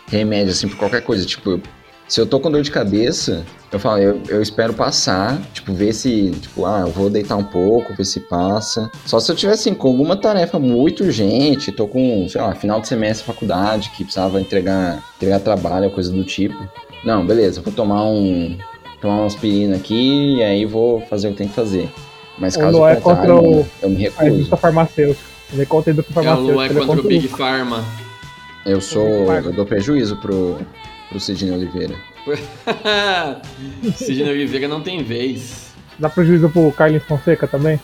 Speaker 4: remédio, assim, por qualquer coisa. Tipo, eu- se eu tô com dor de cabeça, eu falo, eu, eu espero passar, tipo, ver se, tipo, ah, eu vou deitar um pouco, ver se passa. Só se eu tiver, assim, com alguma tarefa muito urgente, tô com, sei lá, final de semestre, faculdade, que precisava entregar, entregar trabalho, coisa do tipo. Não, beleza, eu vou tomar um, tomar uma aspirina aqui e aí vou fazer o que tem que fazer. Mas
Speaker 5: O
Speaker 4: caso
Speaker 5: Noé
Speaker 4: contrário,
Speaker 5: é contra o-
Speaker 4: mano, eu me
Speaker 5: A tá
Speaker 4: recuso.
Speaker 5: indústria farmacêutica. Ele é contra a indústria
Speaker 3: É o
Speaker 5: farmacêutica.
Speaker 3: Luan
Speaker 5: ele é
Speaker 3: contra o
Speaker 5: contra
Speaker 3: Big Pharma.
Speaker 5: é
Speaker 4: Eu sou.
Speaker 5: Marcos.
Speaker 4: Eu dou prejuízo pro, pro Sidney Oliveira.
Speaker 3: Sidney Oliveira não tem vez.
Speaker 5: Dá prejuízo pro Carlinhos Fonseca também?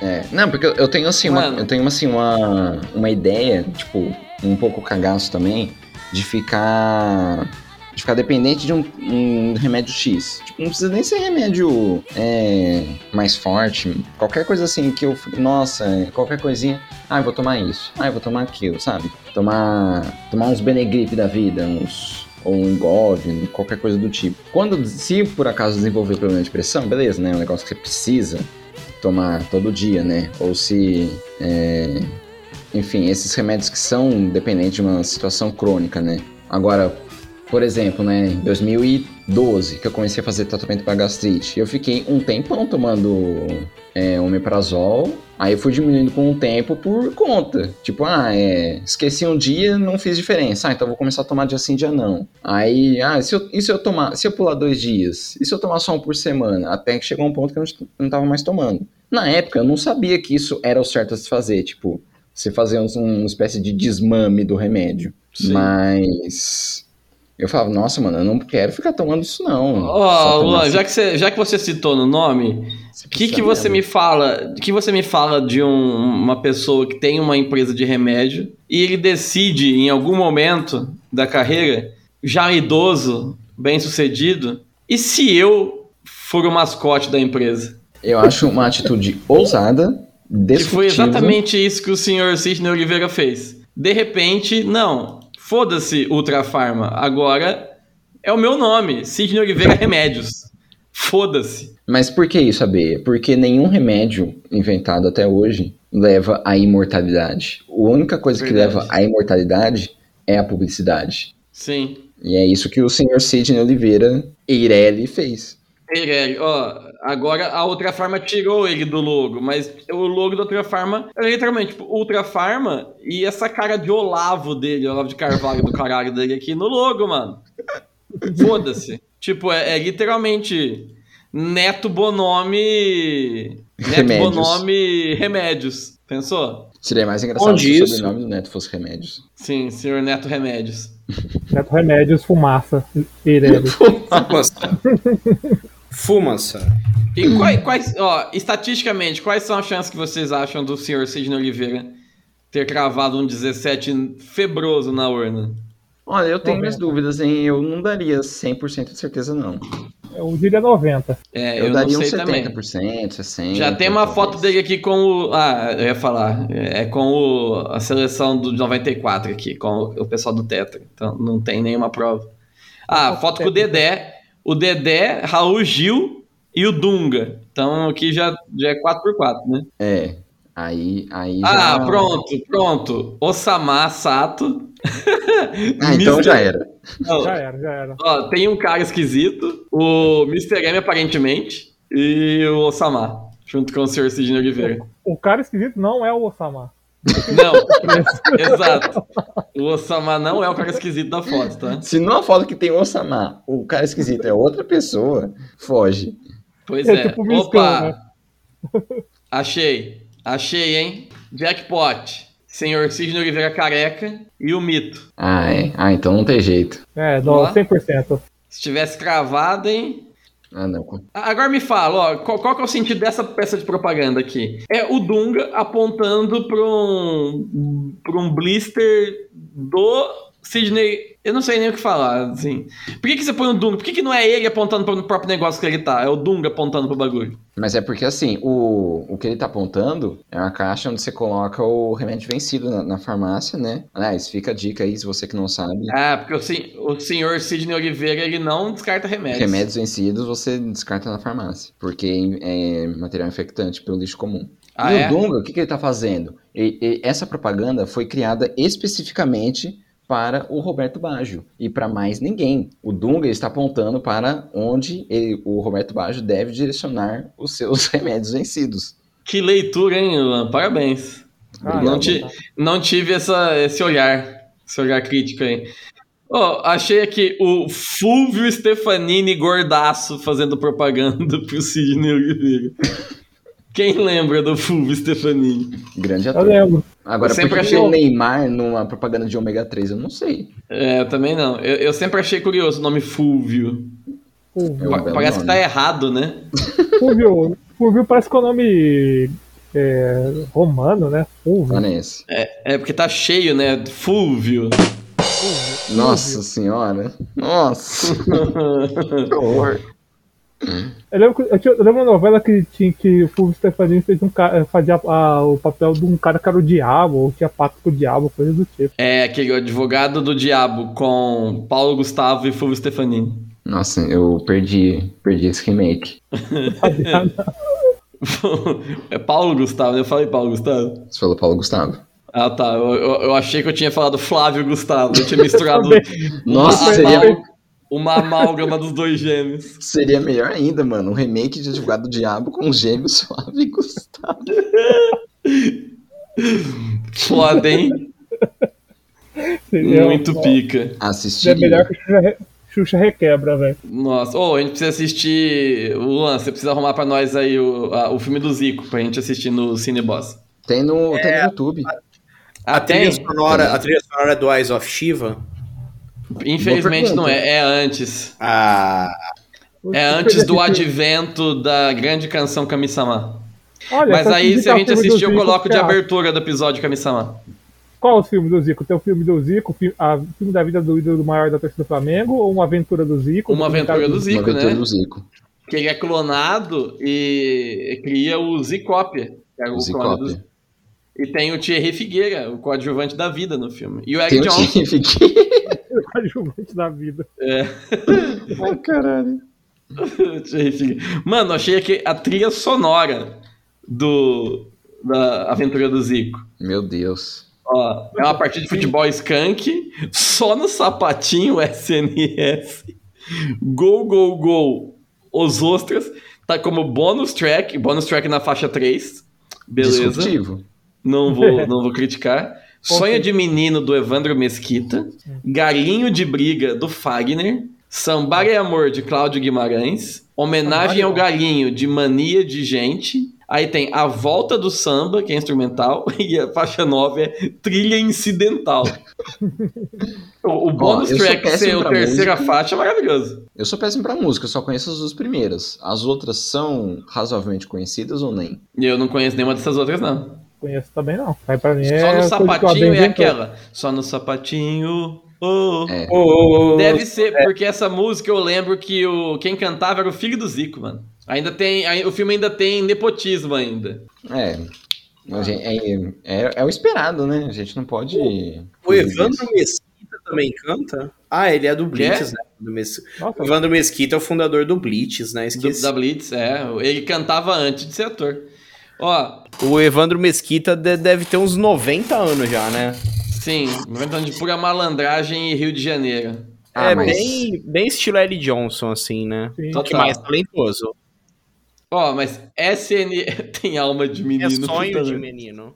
Speaker 4: É. Não, porque eu- eu tenho assim, uma,
Speaker 3: Mano.
Speaker 4: eu tenho assim, uma, uma ideia, tipo, um pouco cagaço também, de ficar. De ficar dependente de um, um remédio X. Tipo, não precisa nem ser remédio é, mais forte. Qualquer coisa assim que eu. fico, Nossa, é, qualquer coisinha. Ah, eu vou tomar isso. Ah, eu vou tomar aquilo, sabe? Tomar, tomar uns Benegripe da vida, uns ou um Gov, qualquer coisa do tipo. Quando, se por acaso desenvolver problema de pressão, beleza, né? É um negócio que você precisa tomar todo dia, né? Ou se, é, enfim, esses remédios que são dependentes de uma situação crônica, né? Agora, Por exemplo, né, em 2012, que eu comecei a fazer tratamento para gastrite, eu fiquei um tempão tomando é, omeprazol, aí eu fui diminuindo com o tempo por conta. Tipo, ah, é, esqueci um dia, não fiz diferença. Ah, então vou começar a tomar dia sim, dia não. Aí, ah, e se eu, e se eu tomar, se eu pular dois dias? E se eu tomar só um por semana? Até que chegou um ponto que eu não, não tava mais tomando. Na época, eu não sabia que isso era o certo a se fazer, tipo, você fazer um- uma espécie de desmame do remédio.
Speaker 6: Sim.
Speaker 4: Mas eu falava, nossa, mano, eu não quero ficar tomando isso, não. assim."
Speaker 3: Ó, Luan, já que, você, já que você citou no nome, o que, que você me fala? que você me fala de um- uma pessoa que tem uma empresa de remédio e ele decide, em algum momento da carreira, já um idoso, bem sucedido, e se eu for o mascote da empresa?
Speaker 4: Eu acho uma atitude ousada,
Speaker 3: Que foi
Speaker 4: disruptiva.
Speaker 3: exatamente isso que o senhor Sidney Oliveira fez. De repente, não, foda-se Ultra Farma, agora é o meu nome, Sidney Oliveira Remédios. Foda-se.
Speaker 4: Mas por que isso, AB? Porque nenhum remédio inventado até hoje leva à imortalidade. A única coisa
Speaker 3: Verdade.
Speaker 4: que leva à imortalidade é a publicidade.
Speaker 3: Sim.
Speaker 4: E é isso que o senhor Sidney Oliveira Eireli fez.
Speaker 3: Eireli, É, ó, agora a Ultra Farma tirou ele do logo, mas o logo da Ultra Farma é literalmente tipo, Ultra Farma e essa cara de Olavo dele, Olavo de Carvalho do caralho dele aqui no logo, mano. Foda-se. tipo, é, é literalmente Neto Bonome. Neto
Speaker 4: Remédios.
Speaker 3: Bonome Remédios. Pensou?
Speaker 4: Seria mais engraçado
Speaker 7: Onde
Speaker 4: se o
Speaker 7: isso?
Speaker 4: sobrenome do Neto fosse Remédios.
Speaker 3: Sim, senhor Neto Remédios.
Speaker 5: Neto Remédios, fumaça, Pirelli.
Speaker 7: Fumaça. Fumaça.
Speaker 3: E quai- quais, ó, estatisticamente, quais são as chances que vocês acham do senhor Sidney Oliveira ter cravado um 17 febroso na urna?
Speaker 4: Olha, eu tenho
Speaker 5: Bom,
Speaker 3: é.
Speaker 4: minhas dúvidas, hein? Eu não daria 100% de certeza, não.
Speaker 5: Eu diria 90.
Speaker 3: É, eu,
Speaker 4: Eu, daria um
Speaker 3: não
Speaker 4: uns
Speaker 3: sei
Speaker 4: 70%,
Speaker 3: também.
Speaker 4: 60%.
Speaker 3: Já tem uma
Speaker 4: talvez.
Speaker 3: foto dele aqui com o. Ah, eu ia falar. É é com o- a seleção do 94 aqui, com o pessoal do Tetra. Então não tem nenhuma prova. Ah, foto com o Dedé. O Dedé, Raul Gil e o Dunga. Então aqui já, já é 4x4, né?
Speaker 4: É. Aí, aí
Speaker 3: Ah,
Speaker 4: já-
Speaker 3: pronto, pronto. Osama Sato.
Speaker 4: Ah, então
Speaker 3: Mr.
Speaker 4: já era.
Speaker 3: Não,
Speaker 5: Já era, já era.
Speaker 3: ó, tem um cara esquisito, o Mr. M aparentemente, e o Osama, junto com o Sr. Sidney Oliveira.
Speaker 5: O cara esquisito não é o Osama. É,
Speaker 3: Não, exato. O Osama não é o cara esquisito da foto, tá?
Speaker 4: Se não fala que tem Osama, o cara esquisito é outra pessoa, foge.
Speaker 3: Pois
Speaker 5: É
Speaker 3: é.
Speaker 5: tipo né? um escão,
Speaker 3: Opa! Achei. Achei, hein? Jackpot. Senhor Sidney Oliveira careca e o mito.
Speaker 4: Ah, é. Ah, então não tem jeito.
Speaker 5: É,
Speaker 3: Ó.
Speaker 5: não, 100%.
Speaker 3: Se tivesse cravado, hein?
Speaker 4: Ah, não.
Speaker 3: Agora me fala, ó, qual, qual que é o sentido dessa peça de propaganda aqui? É o Dunga apontando para um, pra um blister do Sidney. Eu não sei nem o que falar, assim. Por que, que você põe o Dunga? Por que, que não é ele apontando para o próprio negócio que ele tá? É o Dunga apontando pro bagulho.
Speaker 4: Mas é porque assim, o, o que ele tá apontando é uma caixa onde você coloca o remédio vencido na, na farmácia, né? Aliás, fica a dica aí, se você que não sabe.
Speaker 3: Ah, porque o, sen- o senhor Sidney Oliveira, ele não descarta remédios.
Speaker 4: Remédios vencidos você descarta na farmácia, porque é material infectante pelo lixo comum.
Speaker 3: Ah,
Speaker 4: e
Speaker 3: é?
Speaker 4: o Dunga, o que, que ele tá fazendo? E- e essa propaganda foi criada especificamente para o Roberto Baggio e para mais ninguém. O Dunga está apontando para onde ele- o Roberto Baggio deve direcionar os seus remédios vencidos.
Speaker 3: Que leitura, hein, Luan? Parabéns.
Speaker 5: Ah,
Speaker 3: não te- Não tive essa, esse olhar, esse olhar crítico aí. Ó, achei aqui o Fulvio Stefanini gordaço fazendo propaganda pro Sidney Oliveira. Quem lembra do Fulvio Stefanini?
Speaker 4: Grande
Speaker 5: tá. Eu
Speaker 4: ator.
Speaker 5: lembro.
Speaker 4: Agora,
Speaker 3: Eu sempre
Speaker 4: por que
Speaker 3: achei
Speaker 4: o
Speaker 3: o-
Speaker 4: Neymar numa propaganda de ômega 3? Eu não sei.
Speaker 3: É, eu também não. Eu, eu sempre achei curioso o nome Fulvio.
Speaker 5: O
Speaker 4: É um
Speaker 3: Pa-
Speaker 4: belo
Speaker 3: Parece que tá
Speaker 4: nome.
Speaker 3: errado, né?
Speaker 5: Fulvio, Fulvio parece que é o nome é, romano, né? Fulvio.
Speaker 4: Vanessa.
Speaker 3: É porque tá cheio, né? Fulvio.
Speaker 4: Nossa senhora. Nossa. que horror.
Speaker 5: Eu lembro, que- eu, tinha- eu lembro uma novela que tinha que o Fulvio Stefanini fez um cara, fazia ah, o papel de um cara que era o diabo, ou tinha pacto com o diabo, coisa do tipo.
Speaker 3: É aquele advogado do diabo com Paulo Gustavo e Fulvio Stefanini.
Speaker 4: Nossa, eu perdi, perdi esse remake.
Speaker 3: é Paulo Gustavo, né? Eu falei Paulo Gustavo.
Speaker 4: Você falou Paulo Gustavo.
Speaker 3: Ah, tá. Eu, eu- eu achei que eu tinha falado Flávio Gustavo. Eu tinha misturado
Speaker 4: Nossa,
Speaker 3: uma,
Speaker 4: seria,
Speaker 3: amal- uma amálgama dos dois gêmeos.
Speaker 4: seria melhor ainda, mano. Um remake de Advogado do Diabo com os gêmeos suave e Gustavo.
Speaker 3: Foda, hein?
Speaker 5: Seria
Speaker 3: Muito
Speaker 5: uma-
Speaker 3: pica.
Speaker 5: É
Speaker 4: Assistiria.
Speaker 5: melhor que Xuxa, Re- Xuxa Requebra, velho.
Speaker 3: Nossa. Ô, a gente precisa assistir. Luan, você precisa arrumar pra nós aí o, a- o filme do Zico pra gente assistir no Cineboss.
Speaker 4: Tem, no, tem no YouTube.
Speaker 7: A
Speaker 3: Até,
Speaker 7: trilha, sonora, a trilha sonora do Eyes of Shiva.
Speaker 3: infelizmente
Speaker 4: Boa
Speaker 3: não é, é antes.
Speaker 7: Ah,
Speaker 3: É antes do advento da grande canção Kami-sama.
Speaker 5: Olha,
Speaker 3: Mas
Speaker 5: só
Speaker 3: aí, se
Speaker 5: indicar
Speaker 3: a
Speaker 5: o filme
Speaker 3: gente
Speaker 5: do
Speaker 3: assistir, eu
Speaker 5: Zico,
Speaker 3: coloco de
Speaker 5: você acha?
Speaker 3: abertura do episódio Kami-sama.
Speaker 5: Qual o filme do Zico? Tem o filme do Zico, fi- a- o filme da vida do ídolo maior da torcida do Flamengo, ou Uma Aventura do Zico?
Speaker 3: Uma aventura do Zico,
Speaker 4: Uma aventura
Speaker 3: né?
Speaker 4: do Zico.
Speaker 3: Que ele é clonado e cria o Zicópia. que é o
Speaker 4: O
Speaker 3: clone
Speaker 4: Zicópia.
Speaker 3: dos- E tem o Thierry Figueira, o coadjuvante da vida no filme. E o Eric
Speaker 4: Tem um o
Speaker 3: Johnson.
Speaker 4: Tiff
Speaker 5: Zico. Adjuvante da vida.
Speaker 4: Ai, caralho.
Speaker 3: Thierry Figueira. Mano, achei que a trilha sonora do da aventura do Zico.
Speaker 4: Meu Deus.
Speaker 3: Ó, é uma partida de futebol skunk, só no sapatinho SNS. Gol, gol, gol. Os ostras. Tá como bônus track, bônus track na faixa 3. Beleza.
Speaker 4: Disruptivo.
Speaker 3: Não vou, não vou criticar. Sonho de Menino, do Evandro Mesquita. Galinho de Briga, do Fagner. Sambar e Amor, de Cláudio Guimarães. Homenagem ao Galinho, de Mania de Gente. Aí tem A Volta do Samba, que é instrumental. E a faixa 9 é Trilha Incidental. O, o bônus
Speaker 4: eu sou
Speaker 3: track ser
Speaker 4: péssimo
Speaker 3: o
Speaker 4: pra
Speaker 3: terceira faixa é maravilhoso.
Speaker 4: Eu sou péssimo pra música, eu só conheço as duas primeiras. As outras são razoavelmente conhecidas ou nem?
Speaker 3: E eu não conheço nenhuma dessas outras, não.
Speaker 5: Conheço também não. Aí pra mim
Speaker 3: Só
Speaker 5: é
Speaker 3: no
Speaker 5: coisa que o
Speaker 3: sapatinho
Speaker 5: Abel
Speaker 3: é
Speaker 5: inventou.
Speaker 3: aquela. Só no sapatinho. Oh,
Speaker 4: É.
Speaker 7: ô, ô, ô,
Speaker 3: Deve ser, porque essa música eu lembro que o, quem cantava era o filho do Zico, mano. Ainda tem. aí- o filme ainda tem nepotismo ainda.
Speaker 4: É. A gente- é, é- é o esperado, né? A gente não pode.
Speaker 7: o Evandro Mesquita também canta? Ah, ele é do Blitz, né? Do Mes... O
Speaker 5: Nossa,
Speaker 7: Evandro Mesquita é o fundador do Blitz, né?
Speaker 3: Do,
Speaker 7: Esqueci.
Speaker 3: da Blitz, é. Ele cantava antes de ser ator. Ó,
Speaker 6: O Evandro Mesquita de- deve ter uns 90 anos já, né?
Speaker 3: sim, inventando de pura malandragem e Rio de Janeiro.
Speaker 4: Ah,
Speaker 6: é
Speaker 4: mas-
Speaker 6: bem, bem estilo Eric Johnson, assim, né?
Speaker 5: sim.
Speaker 3: Total.
Speaker 6: Que mais talentoso.
Speaker 3: Ó, mas SN tem alma de
Speaker 6: É
Speaker 3: menino.
Speaker 6: sonho
Speaker 3: puta,
Speaker 6: de
Speaker 3: né?
Speaker 6: menino.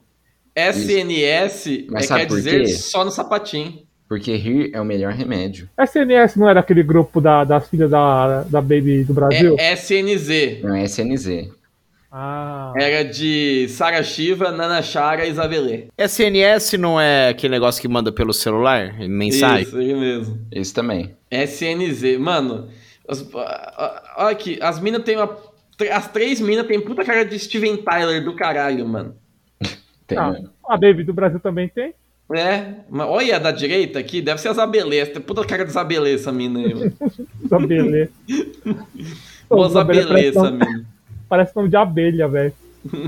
Speaker 3: SNS
Speaker 4: Mas
Speaker 3: é,
Speaker 4: sabe
Speaker 3: quer
Speaker 4: por
Speaker 3: dizer
Speaker 4: quê?
Speaker 3: só no sapatinho.
Speaker 4: Porque rir é o melhor remédio.
Speaker 5: SNS não era aquele grupo da, das filhas da, da Baby do Brasil?
Speaker 3: É SNZ.
Speaker 4: Não é SNZ.
Speaker 5: Ah,
Speaker 3: Era de Sara Shiva, Nana Chara e Isabelê.
Speaker 6: SNS não é aquele negócio que manda pelo celular? Mensagem?
Speaker 3: Isso, ele mesmo.
Speaker 4: Esse também.
Speaker 3: SNZ, mano. as- a- a- Olha aqui, as minas tem uma. tre- As três minas tem puta cara de Steven Tyler do caralho, mano.
Speaker 4: Tem, um
Speaker 5: Ah. a Baby do Brasil também tem?
Speaker 3: É, mas olha a da direita aqui, deve ser as abelês. Tem puta cara de Zabelê essa mina aí, mano.
Speaker 5: Zabelê. Ô,
Speaker 3: Boa
Speaker 5: Zabelê
Speaker 3: Zabelê essa
Speaker 5: nome-
Speaker 3: mina.
Speaker 5: parece nome de abelha, velho.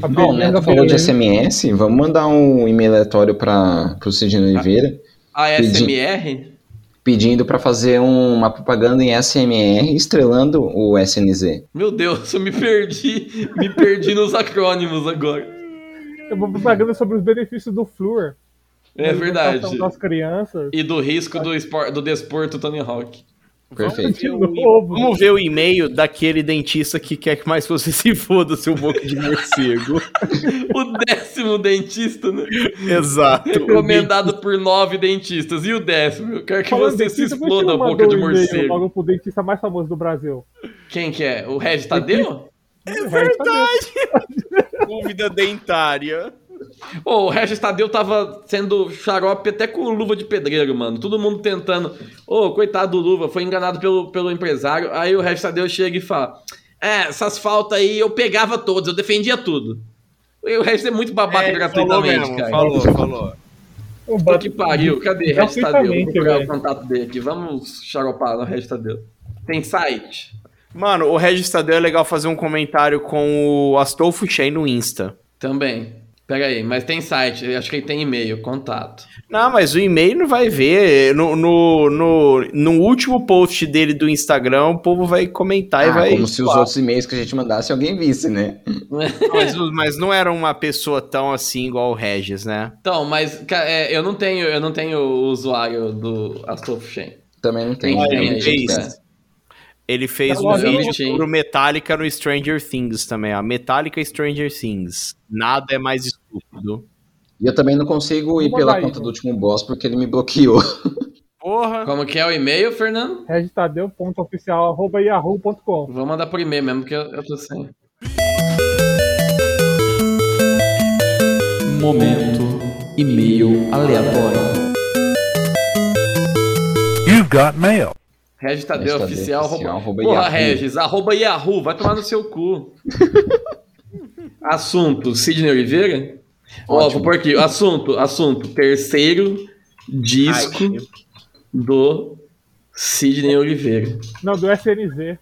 Speaker 4: Bom, o
Speaker 5: né,
Speaker 4: Neto né? falou de SMS. Vamos mandar um e-mail aleatório para o Sidney
Speaker 6: Tá.
Speaker 4: Oliveira
Speaker 3: A SMR?
Speaker 4: pedindo para fazer um- uma propaganda em SMR estrelando o SNZ.
Speaker 3: Meu Deus, eu me perdi. Me perdi nos acrônimos agora.
Speaker 5: Eu vou propaganda sobre os benefícios do flúor.
Speaker 3: É
Speaker 5: Na
Speaker 3: verdade.
Speaker 5: alimentação Das crianças.
Speaker 3: E do risco do, espor... do desporto Tony Hawk.
Speaker 4: Perfeito.
Speaker 3: um
Speaker 5: De novo.
Speaker 6: Vamos ver o e-mail daquele dentista que quer que mais você se foda, seu boca de morcego.
Speaker 3: O décimo dentista, né?
Speaker 6: Exato.
Speaker 3: Recomendado por nove dentistas. E o décimo? Eu quero que
Speaker 5: Falando
Speaker 3: você
Speaker 5: dentista,
Speaker 3: se
Speaker 5: por que não
Speaker 3: exploda a boca
Speaker 5: mandou
Speaker 3: de
Speaker 5: um e-mail
Speaker 3: morcego.
Speaker 5: Logo pro dentista mais famoso do Brasil.
Speaker 3: Quem que é? O Regis Tadeu?
Speaker 5: É verdade.
Speaker 6: Dúvida dentária.
Speaker 3: Ô, o Regis Tadeu tava sendo xarope até com luva de pedreiro, mano. Todo mundo tentando. Ô, coitado do luva, foi enganado pelo, pelo empresário. Aí o Regis Tadeu chega e fala: É, essas faltas aí eu pegava todas, eu defendia tudo. E o Regis é muito babaca
Speaker 6: É, ele falou
Speaker 3: gratuitamente,
Speaker 6: mesmo,
Speaker 3: cara.
Speaker 6: falou, falou.
Speaker 5: O
Speaker 3: Puta
Speaker 5: Bat-
Speaker 3: que pariu, cadê Regis Tadeu? Vou
Speaker 5: Gratuitamente,
Speaker 3: procurar o
Speaker 5: velho.
Speaker 3: contato dele aqui. Vamos xaropar no Regis Tadeu. Tem site?
Speaker 6: Mano, o Regis Tadeu é legal fazer um comentário com o Astolfo Shein no Insta.
Speaker 3: Também. Pera aí, mas tem site, eu acho que ele tem e-mail, contato.
Speaker 6: Não, mas o e-mail não vai ver. No, no, no, no último post dele do Instagram, o povo vai comentar e
Speaker 4: Ah,
Speaker 6: vai.
Speaker 4: como se os
Speaker 6: falar.
Speaker 4: outros e-mails que a gente mandasse alguém visse, né?
Speaker 6: Mas, o- mas não era uma pessoa tão assim igual o Regis, né?
Speaker 3: Então, mas ca- é, eu não tenho, eu não tenho o usuário do Astolfo Shen.
Speaker 4: Também não tem.
Speaker 3: Tem,
Speaker 4: né?
Speaker 3: tem,
Speaker 4: Não
Speaker 3: tem,
Speaker 4: tá.
Speaker 3: tem.
Speaker 6: Ele fez
Speaker 5: Tá
Speaker 6: um
Speaker 5: bom,
Speaker 6: vídeo
Speaker 3: gente, hein?
Speaker 6: pro Metallica no Stranger Things também. A Metallica e Stranger Things. Nada é mais estúpido.
Speaker 4: E eu também não consigo ir
Speaker 5: Vou
Speaker 4: pela
Speaker 5: mandar
Speaker 4: conta
Speaker 5: aí,
Speaker 4: do último boss porque ele me bloqueou.
Speaker 6: Porra!
Speaker 3: Como que é o e-mail, Fernando?
Speaker 5: registadeu.oficial.yahoo.com.
Speaker 3: Vou mandar por e-mail mesmo, porque eu, eu tô sem.
Speaker 1: Momento e-mail aleatório.
Speaker 8: You've got mail.
Speaker 3: Regis Tadeu
Speaker 4: Regis Tadeu
Speaker 3: Oficial,
Speaker 4: Oficial,
Speaker 3: arroba...
Speaker 4: arroba
Speaker 3: Porra,
Speaker 4: Yahoo.
Speaker 3: Regis, arroba Yahoo, vai tomar no seu cu. assunto, Sidney Oliveira? Ó, vou
Speaker 4: Ótimo.
Speaker 3: por aqui, assunto, assunto, terceiro disco do Sidney Oliveira.
Speaker 5: Não, do SNZ.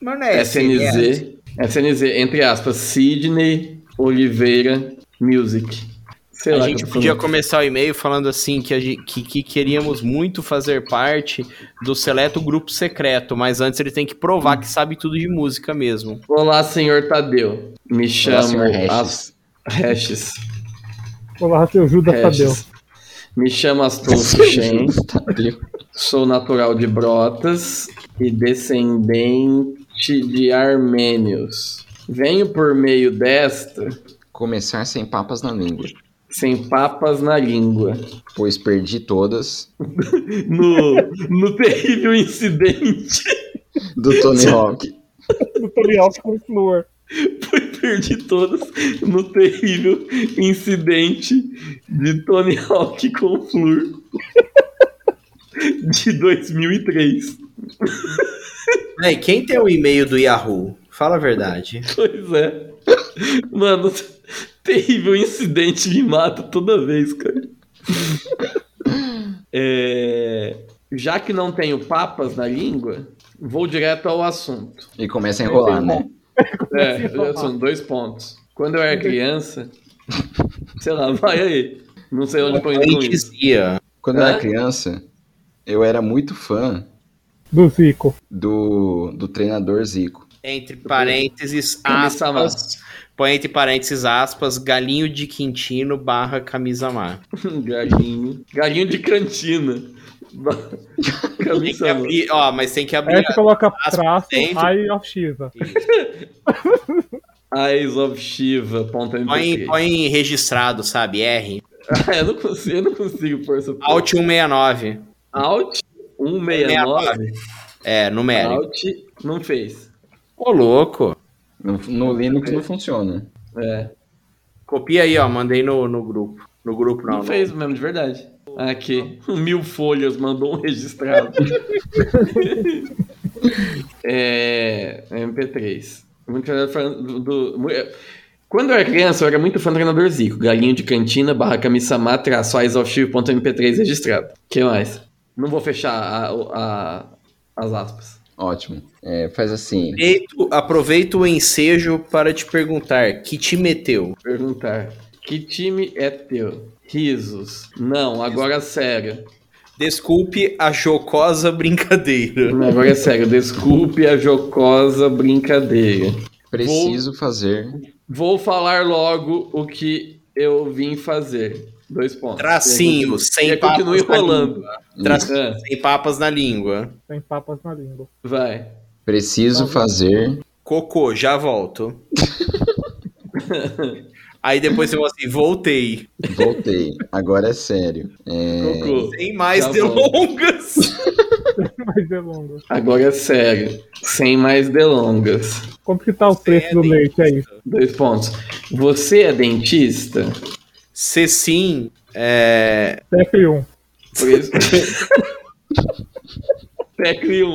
Speaker 7: Mas não é SNS.
Speaker 3: SNZ, SNZ, entre aspas, Sidney Oliveira Music. Sei
Speaker 6: A
Speaker 3: lá
Speaker 6: gente
Speaker 3: que eu tô
Speaker 6: podia
Speaker 3: falando.
Speaker 6: começar o e-mail falando assim que, a gente- que- que queríamos muito fazer parte do seleto grupo secreto, mas antes ele tem que provar que sabe tudo de música mesmo.
Speaker 3: Olá, senhor Tadeu. Me chamo
Speaker 4: senhor Regis.
Speaker 3: As- Regis.
Speaker 5: Olá, seu Judas Tadeu.
Speaker 3: Regis. É, Me chamo Astolfo Shen,
Speaker 4: Tadeu.
Speaker 3: sou natural de Brotas e descendente de armênios. Venho por meio desta,
Speaker 4: Começar sem papas na língua,
Speaker 3: sem papas na língua,
Speaker 4: pois perdi todas
Speaker 3: no, no terrível incidente
Speaker 4: do Tony Hawk.
Speaker 5: Do Tony Hawk com flor.
Speaker 3: Foi perdi todas no terrível incidente de Tony Hawk com Flur de 2003.
Speaker 7: Véi, É, quem tem o e-mail do Yahoo? Fala a verdade.
Speaker 3: Pois é. Mano, terrível incidente me mata toda vez, cara. É, já que não tenho papas na língua, vou direto ao assunto.
Speaker 4: E começa a enrolar, né?
Speaker 3: É, eu- são dois pontos. Quando eu era criança, sei lá, vai aí. Não sei onde eu indo
Speaker 7: Quem
Speaker 3: com isso.
Speaker 7: dizia?
Speaker 4: Quando eu
Speaker 3: Hã?
Speaker 4: era criança, eu era muito fã
Speaker 5: Do Zico.
Speaker 4: do, do treinador Zico.
Speaker 6: Entre parênteses,
Speaker 3: Camisa
Speaker 6: aspas. Põe entre parênteses, aspas, galinho de Quintino barra camisa mar.
Speaker 3: Galinho. Galinho de cantina.
Speaker 6: Tem que
Speaker 3: Camisa mano.
Speaker 6: abrir, ó, mas tem que
Speaker 5: Aí
Speaker 7: É
Speaker 6: abrir.
Speaker 7: tipo
Speaker 5: você coloca
Speaker 6: aspas
Speaker 5: traço,
Speaker 6: dentro.
Speaker 5: Eye of Shiva.
Speaker 3: Eyes of Shiva. Ponto
Speaker 7: um
Speaker 6: Põe,
Speaker 3: MP3.
Speaker 6: põe registrado, sabe? R.
Speaker 3: Ah, eu, não consigo, eu não consigo pôr essa porra.
Speaker 6: Alt 169.
Speaker 3: Alt 169.
Speaker 6: É, numérico.
Speaker 3: Alt não fez.
Speaker 6: Ô, louco.
Speaker 4: No, no Linux não funciona.
Speaker 3: É.
Speaker 6: Copia aí, ó. Mandei no, no grupo. No grupo, não.
Speaker 3: Não,
Speaker 6: no-
Speaker 3: fez mesmo, de verdade. Aqui, mil folhas mandou um registrado. é, MP3. Muito fã do, do- mu- é. quando eu era criança, eu era muito fã do treinador Zico. Galinho de cantina, barra camissamá, traço exaustivo.mp3 registrado. que mais? Não vou fechar a- o- a- as aspas.
Speaker 4: Ótimo. É, faz assim.
Speaker 7: Aproveito, aproveito o ensejo para te perguntar: que te meteu?
Speaker 3: Perguntar. Que time é teu? Risos. Não, agora é sério.
Speaker 7: Desculpe a jocosa brincadeira.
Speaker 3: Não, Agora é sério, desculpe a jocosa brincadeira.
Speaker 4: Preciso fazer
Speaker 3: Vou falar logo o que eu vim fazer. Dois pontos.
Speaker 6: Tracinho,
Speaker 3: E
Speaker 6: sem
Speaker 3: aí continua
Speaker 6: papas na
Speaker 3: enrolando.
Speaker 6: língua. Tracinho,
Speaker 3: Ah,
Speaker 6: sem papas na língua.
Speaker 5: Sem papas na língua.
Speaker 3: vai.
Speaker 4: Preciso fazer.
Speaker 6: Cocô, já volto. Aí depois você fala assim, voltei.
Speaker 4: Voltei. Agora é sério. É,
Speaker 3: Cocô.
Speaker 6: Sem mais
Speaker 3: Já volto.
Speaker 6: delongas.
Speaker 5: Mas é longo.
Speaker 3: Agora é sério. Sem mais delongas.
Speaker 5: Como que tá o preço do leite aí?
Speaker 3: Dois pontos. Você é dentista?
Speaker 6: Se sim, é...
Speaker 5: TF1.
Speaker 3: Por isso. Tecle 1.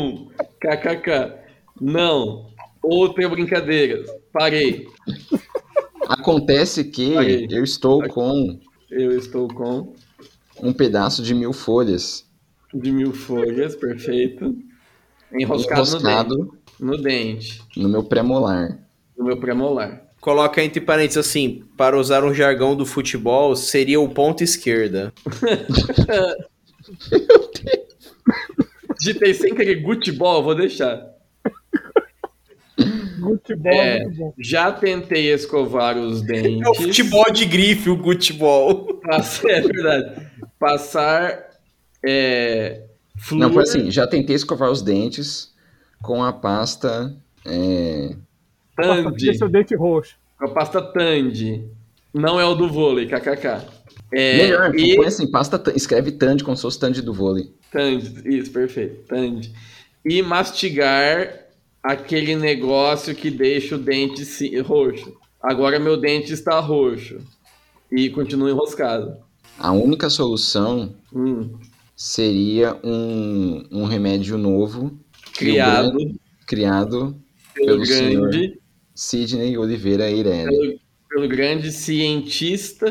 Speaker 3: KKK. Não. Outra brincadeira. Parei.
Speaker 4: Acontece que
Speaker 3: Aí.
Speaker 4: eu estou com
Speaker 3: Eu estou com.
Speaker 4: um pedaço de mil folhas
Speaker 3: De mil folhas, perfeito. Enroscado,
Speaker 4: enroscado
Speaker 3: No, dente, no dente,
Speaker 4: no meu pré-molar.
Speaker 3: no meu premolar.
Speaker 6: Coloca entre parênteses assim, para usar um jargão do futebol, seria o ponto esquerda.
Speaker 3: Digitei sem querer Gutebol, vou deixar.
Speaker 5: Futebol
Speaker 3: É.
Speaker 5: é muito bom.
Speaker 3: Já tentei escovar os dentes.
Speaker 6: É o futebol de grife, o futebol.
Speaker 3: Passar, é verdade. Passar. É, flúor.
Speaker 4: Não, foi assim, já tentei escovar os dentes com a pasta. é,
Speaker 5: Nossa,
Speaker 3: Tandy.
Speaker 5: Deixa o dente roxo.
Speaker 3: Com a pasta Tandy. Não é o do vôlei, kkk. É,
Speaker 4: Melhor,
Speaker 3: e
Speaker 4: põe assim, pasta, tan- escreve Tandy como se fosse Tandy do vôlei.
Speaker 3: Tandy. Isso, perfeito. Tandy. E mastigar aquele negócio que deixa o dente ci- roxo. Agora meu dente está roxo. E continua enroscado.
Speaker 4: A única solução
Speaker 3: Hum,
Speaker 4: seria um, um remédio novo
Speaker 3: criado
Speaker 4: criado
Speaker 3: né? pelo É.
Speaker 4: pelo senhor.
Speaker 3: grande.
Speaker 4: Sidney Oliveira Eireli.
Speaker 3: pelo grande cientista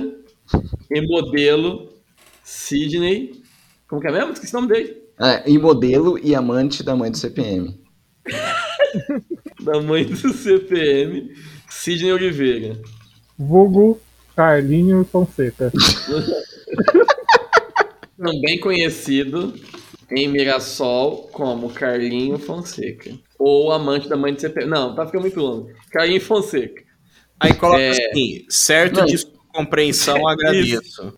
Speaker 3: e modelo Sidney. Como que é mesmo? Esqueci o nome dele.
Speaker 4: Ah, e modelo e amante da mãe do CPM.
Speaker 3: Da mãe do CPM, Sidney Oliveira.
Speaker 5: Vulgo Carlinho Fonseca.
Speaker 3: Também conhecido em Mirassol como Carlinho Fonseca. Ou amante da mãe do CPM. Não, tá ficando muito longo. Carlinho Fonseca.
Speaker 6: Aí coloca
Speaker 3: É.
Speaker 6: assim, certo
Speaker 4: Não.
Speaker 6: de sua compreensão, agradeço.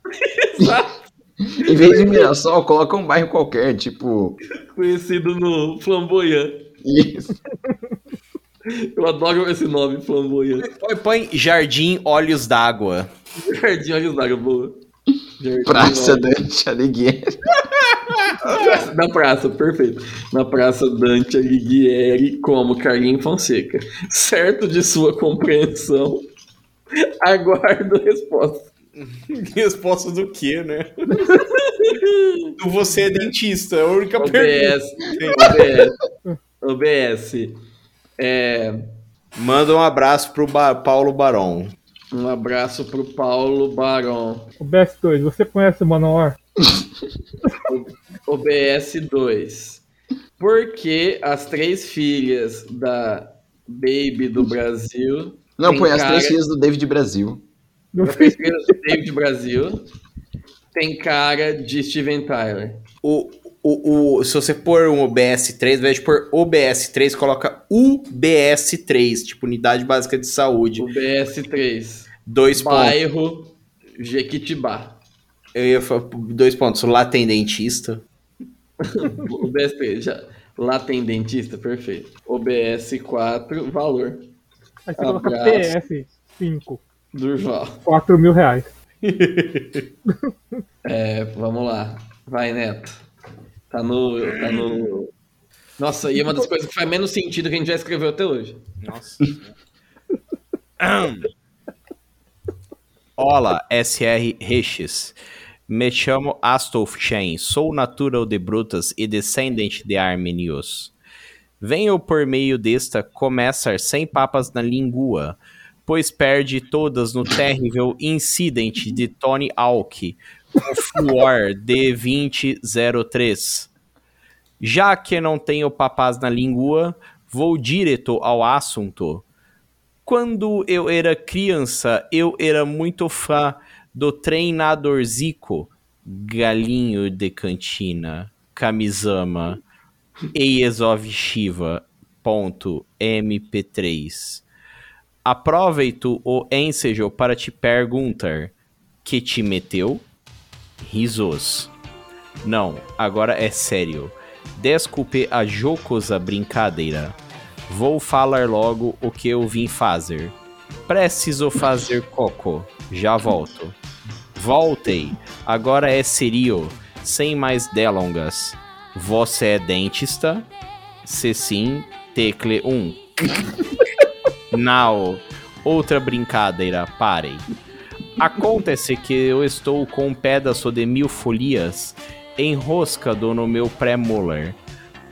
Speaker 3: Exato.
Speaker 4: Em vez de Mirassol, coloca um bairro qualquer, tipo.
Speaker 3: Conhecido no Flamboyant.
Speaker 4: Isso.
Speaker 3: Eu adoro esse nome, Flamboyant.
Speaker 6: Põe, põe Jardim Olhos d'Água.
Speaker 3: Jardim Olhos d'Água, boa. Jardim
Speaker 4: Praça Dante Alighieri.
Speaker 3: Na praça, perfeito. Na praça Dante Alighieri, como Carlinho Fonseca. Certo de sua compreensão, aguardo a resposta.
Speaker 6: Resposta do quê, né? do você é dentista, é a única pergunta.
Speaker 3: OBS. OBS. OBS. É,
Speaker 6: Manda um abraço pro Ba- Paulo Barão.
Speaker 3: um abraço pro Paulo Barão.
Speaker 5: O BS2, você conhece o Manowar?
Speaker 3: OBS 2. Por que as três filhas da Baby do Brasil.
Speaker 4: Não,
Speaker 3: têm
Speaker 4: põe as
Speaker 3: cara-
Speaker 4: três filhas do David Brasil.
Speaker 5: Não
Speaker 3: As três
Speaker 5: sei.
Speaker 3: filhas do David Brasil. Tem cara de Steven Tyler.
Speaker 6: O, o, o- se você pôr um OBS3, ao invés de pôr OBS3, coloca UBS3, tipo Unidade Básica de Saúde.
Speaker 3: O BS3.
Speaker 6: Dois pontos.
Speaker 3: Bairro Jequitibá.
Speaker 6: Eu ia falar, dois pontos. Lá tem dentista.
Speaker 3: O BS3. Já. Lá tem dentista, perfeito. OBS4, valor.
Speaker 5: Aí você coloca
Speaker 3: Abraço.
Speaker 5: PS5,
Speaker 3: Durval.
Speaker 5: 4 mil reais.
Speaker 3: É, vamos lá. Vai, Neto. Tá no. Tá no... Nossa, e é uma das coisas que faz menos sentido que a gente já escreveu até hoje.
Speaker 6: Nossa. Olá, SR Riches. Me chamo Astolf Chen, sou natural de Brutas e descendente de armênios. Venho por meio desta começar sem papas na língua, pois perde todas no terrível incidente de Tony Hawk, o Fluor D2003. Já que não tenho papas na língua, vou direto ao assunto. Quando eu era criança, eu era muito fã do treinador Zico, galinho de cantina, Kamisama, Eiezov Shiva, ponto, MP3. Aproveito o ensejo para te perguntar, que te meteu? Risos. Não, agora é sério. Desculpe a jocosa brincadeira. Vou falar logo o que eu vim fazer. Preciso fazer coco. Já volto. Voltei. Agora é serio. Sem mais delongas. Você é dentista? Se sim, tecle um. Não. Outra brincadeira. Parem. Acontece que eu estou com um pedaço de mil folias enroscado no meu pré-molar.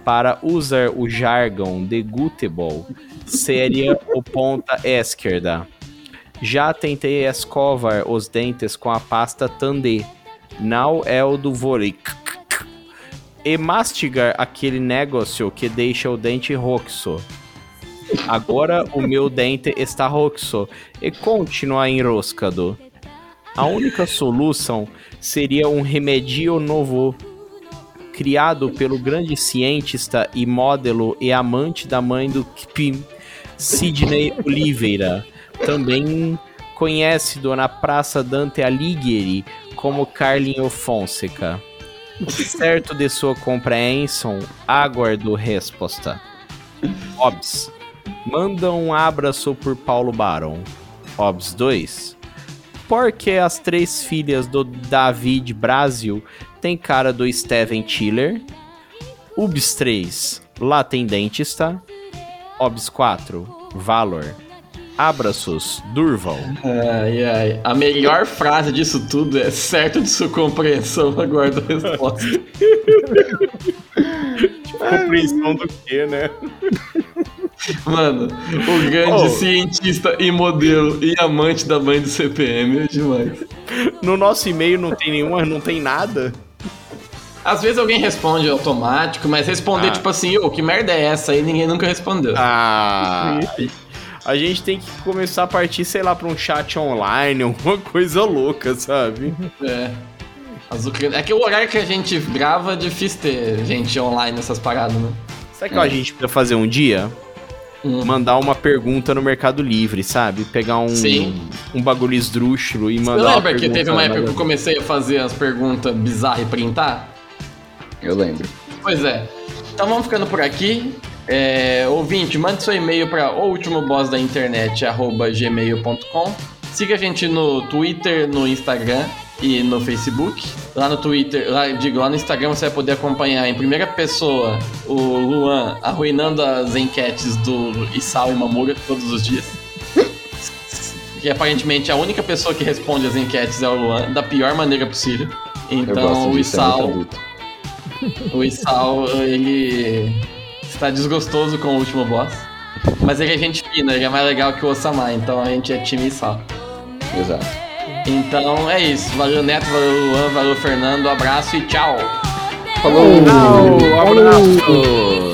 Speaker 6: Para usar o jargão de Gutebol, seria o ponta esquerda. Já tentei escovar os dentes com a pasta Tandê. Não é o do vôlei. E mastigar aquele negócio que deixa o dente roxo. Agora o meu dente está roxo e continua enroscado. A única solução seria um remédio novo, criado pelo grande cientista e modelo e amante da mãe do Kipim, Sidney Oliveira, também conhecido na Praça Dante Alighieri como Carlinho Fonseca. Certo de sua compreensão, aguardo resposta. Hobbs, manda um abraço por Paulo Barão. Hobbs 2. Por que as três filhas do David Brasil têm cara do Steven Tiller? Ubs 3. Lá tem dentista. Hobbs 4. Valor. Abraços, Durval.
Speaker 3: Ai, ai. A melhor frase disso tudo é certo de sua compreensão, aguardo a resposta.
Speaker 6: Compreensão do que, né?
Speaker 3: Mano, o grande
Speaker 6: Oh.
Speaker 3: cientista e modelo e amante da mãe do CPM é demais.
Speaker 6: No nosso e-mail não tem nenhuma, não tem nada.
Speaker 3: Às vezes alguém responde automático, mas responder
Speaker 6: Ah.
Speaker 3: tipo assim, ô, que merda é essa? Aí ninguém nunca respondeu.
Speaker 6: Ah, a gente tem que começar a partir, sei lá, pra um chat online, alguma coisa louca, sabe?
Speaker 3: É. As ucran- É que o horário que a gente grava é difícil ter gente online nessas paradas, né?
Speaker 6: Sabe o que a gente precisa fazer um dia?
Speaker 3: Hum.
Speaker 6: Mandar uma pergunta no Mercado Livre, sabe? Pegar um,
Speaker 3: Sim.
Speaker 6: um bagulho esdrúxulo e
Speaker 3: Você
Speaker 6: mandar. uma
Speaker 3: lembra que
Speaker 6: pergunta né,
Speaker 3: teve uma época que eu
Speaker 6: nada-
Speaker 3: comecei a fazer as perguntas bizarras e printar?
Speaker 4: Eu lembro.
Speaker 3: Pois é. Então vamos ficando por aqui. É, ouvinte, mande seu e-mail para o último boss da internet, gmail.com. Siga a gente no Twitter, no Instagram e no Facebook. Lá no Twitter, lá, digo, lá no Instagram você vai poder acompanhar em primeira pessoa o Luan arruinando as enquetes do Isao e Mamura todos os dias. Que aparentemente a única pessoa que responde as enquetes é o Luan, da pior maneira possível.
Speaker 4: Eu
Speaker 3: Então
Speaker 4: gosto
Speaker 3: o
Speaker 4: disso, é muito
Speaker 3: Isao.
Speaker 4: adulto.
Speaker 3: O Isal, ele está desgostoso com o último boss. Mas ele é gente fina, ele é mais legal que o Osamar, então a gente é time Isal.
Speaker 4: Exato.
Speaker 3: Então é isso. Valeu Neto, valeu Luan, valeu Fernando, abraço e tchau!
Speaker 6: Não, um abraço!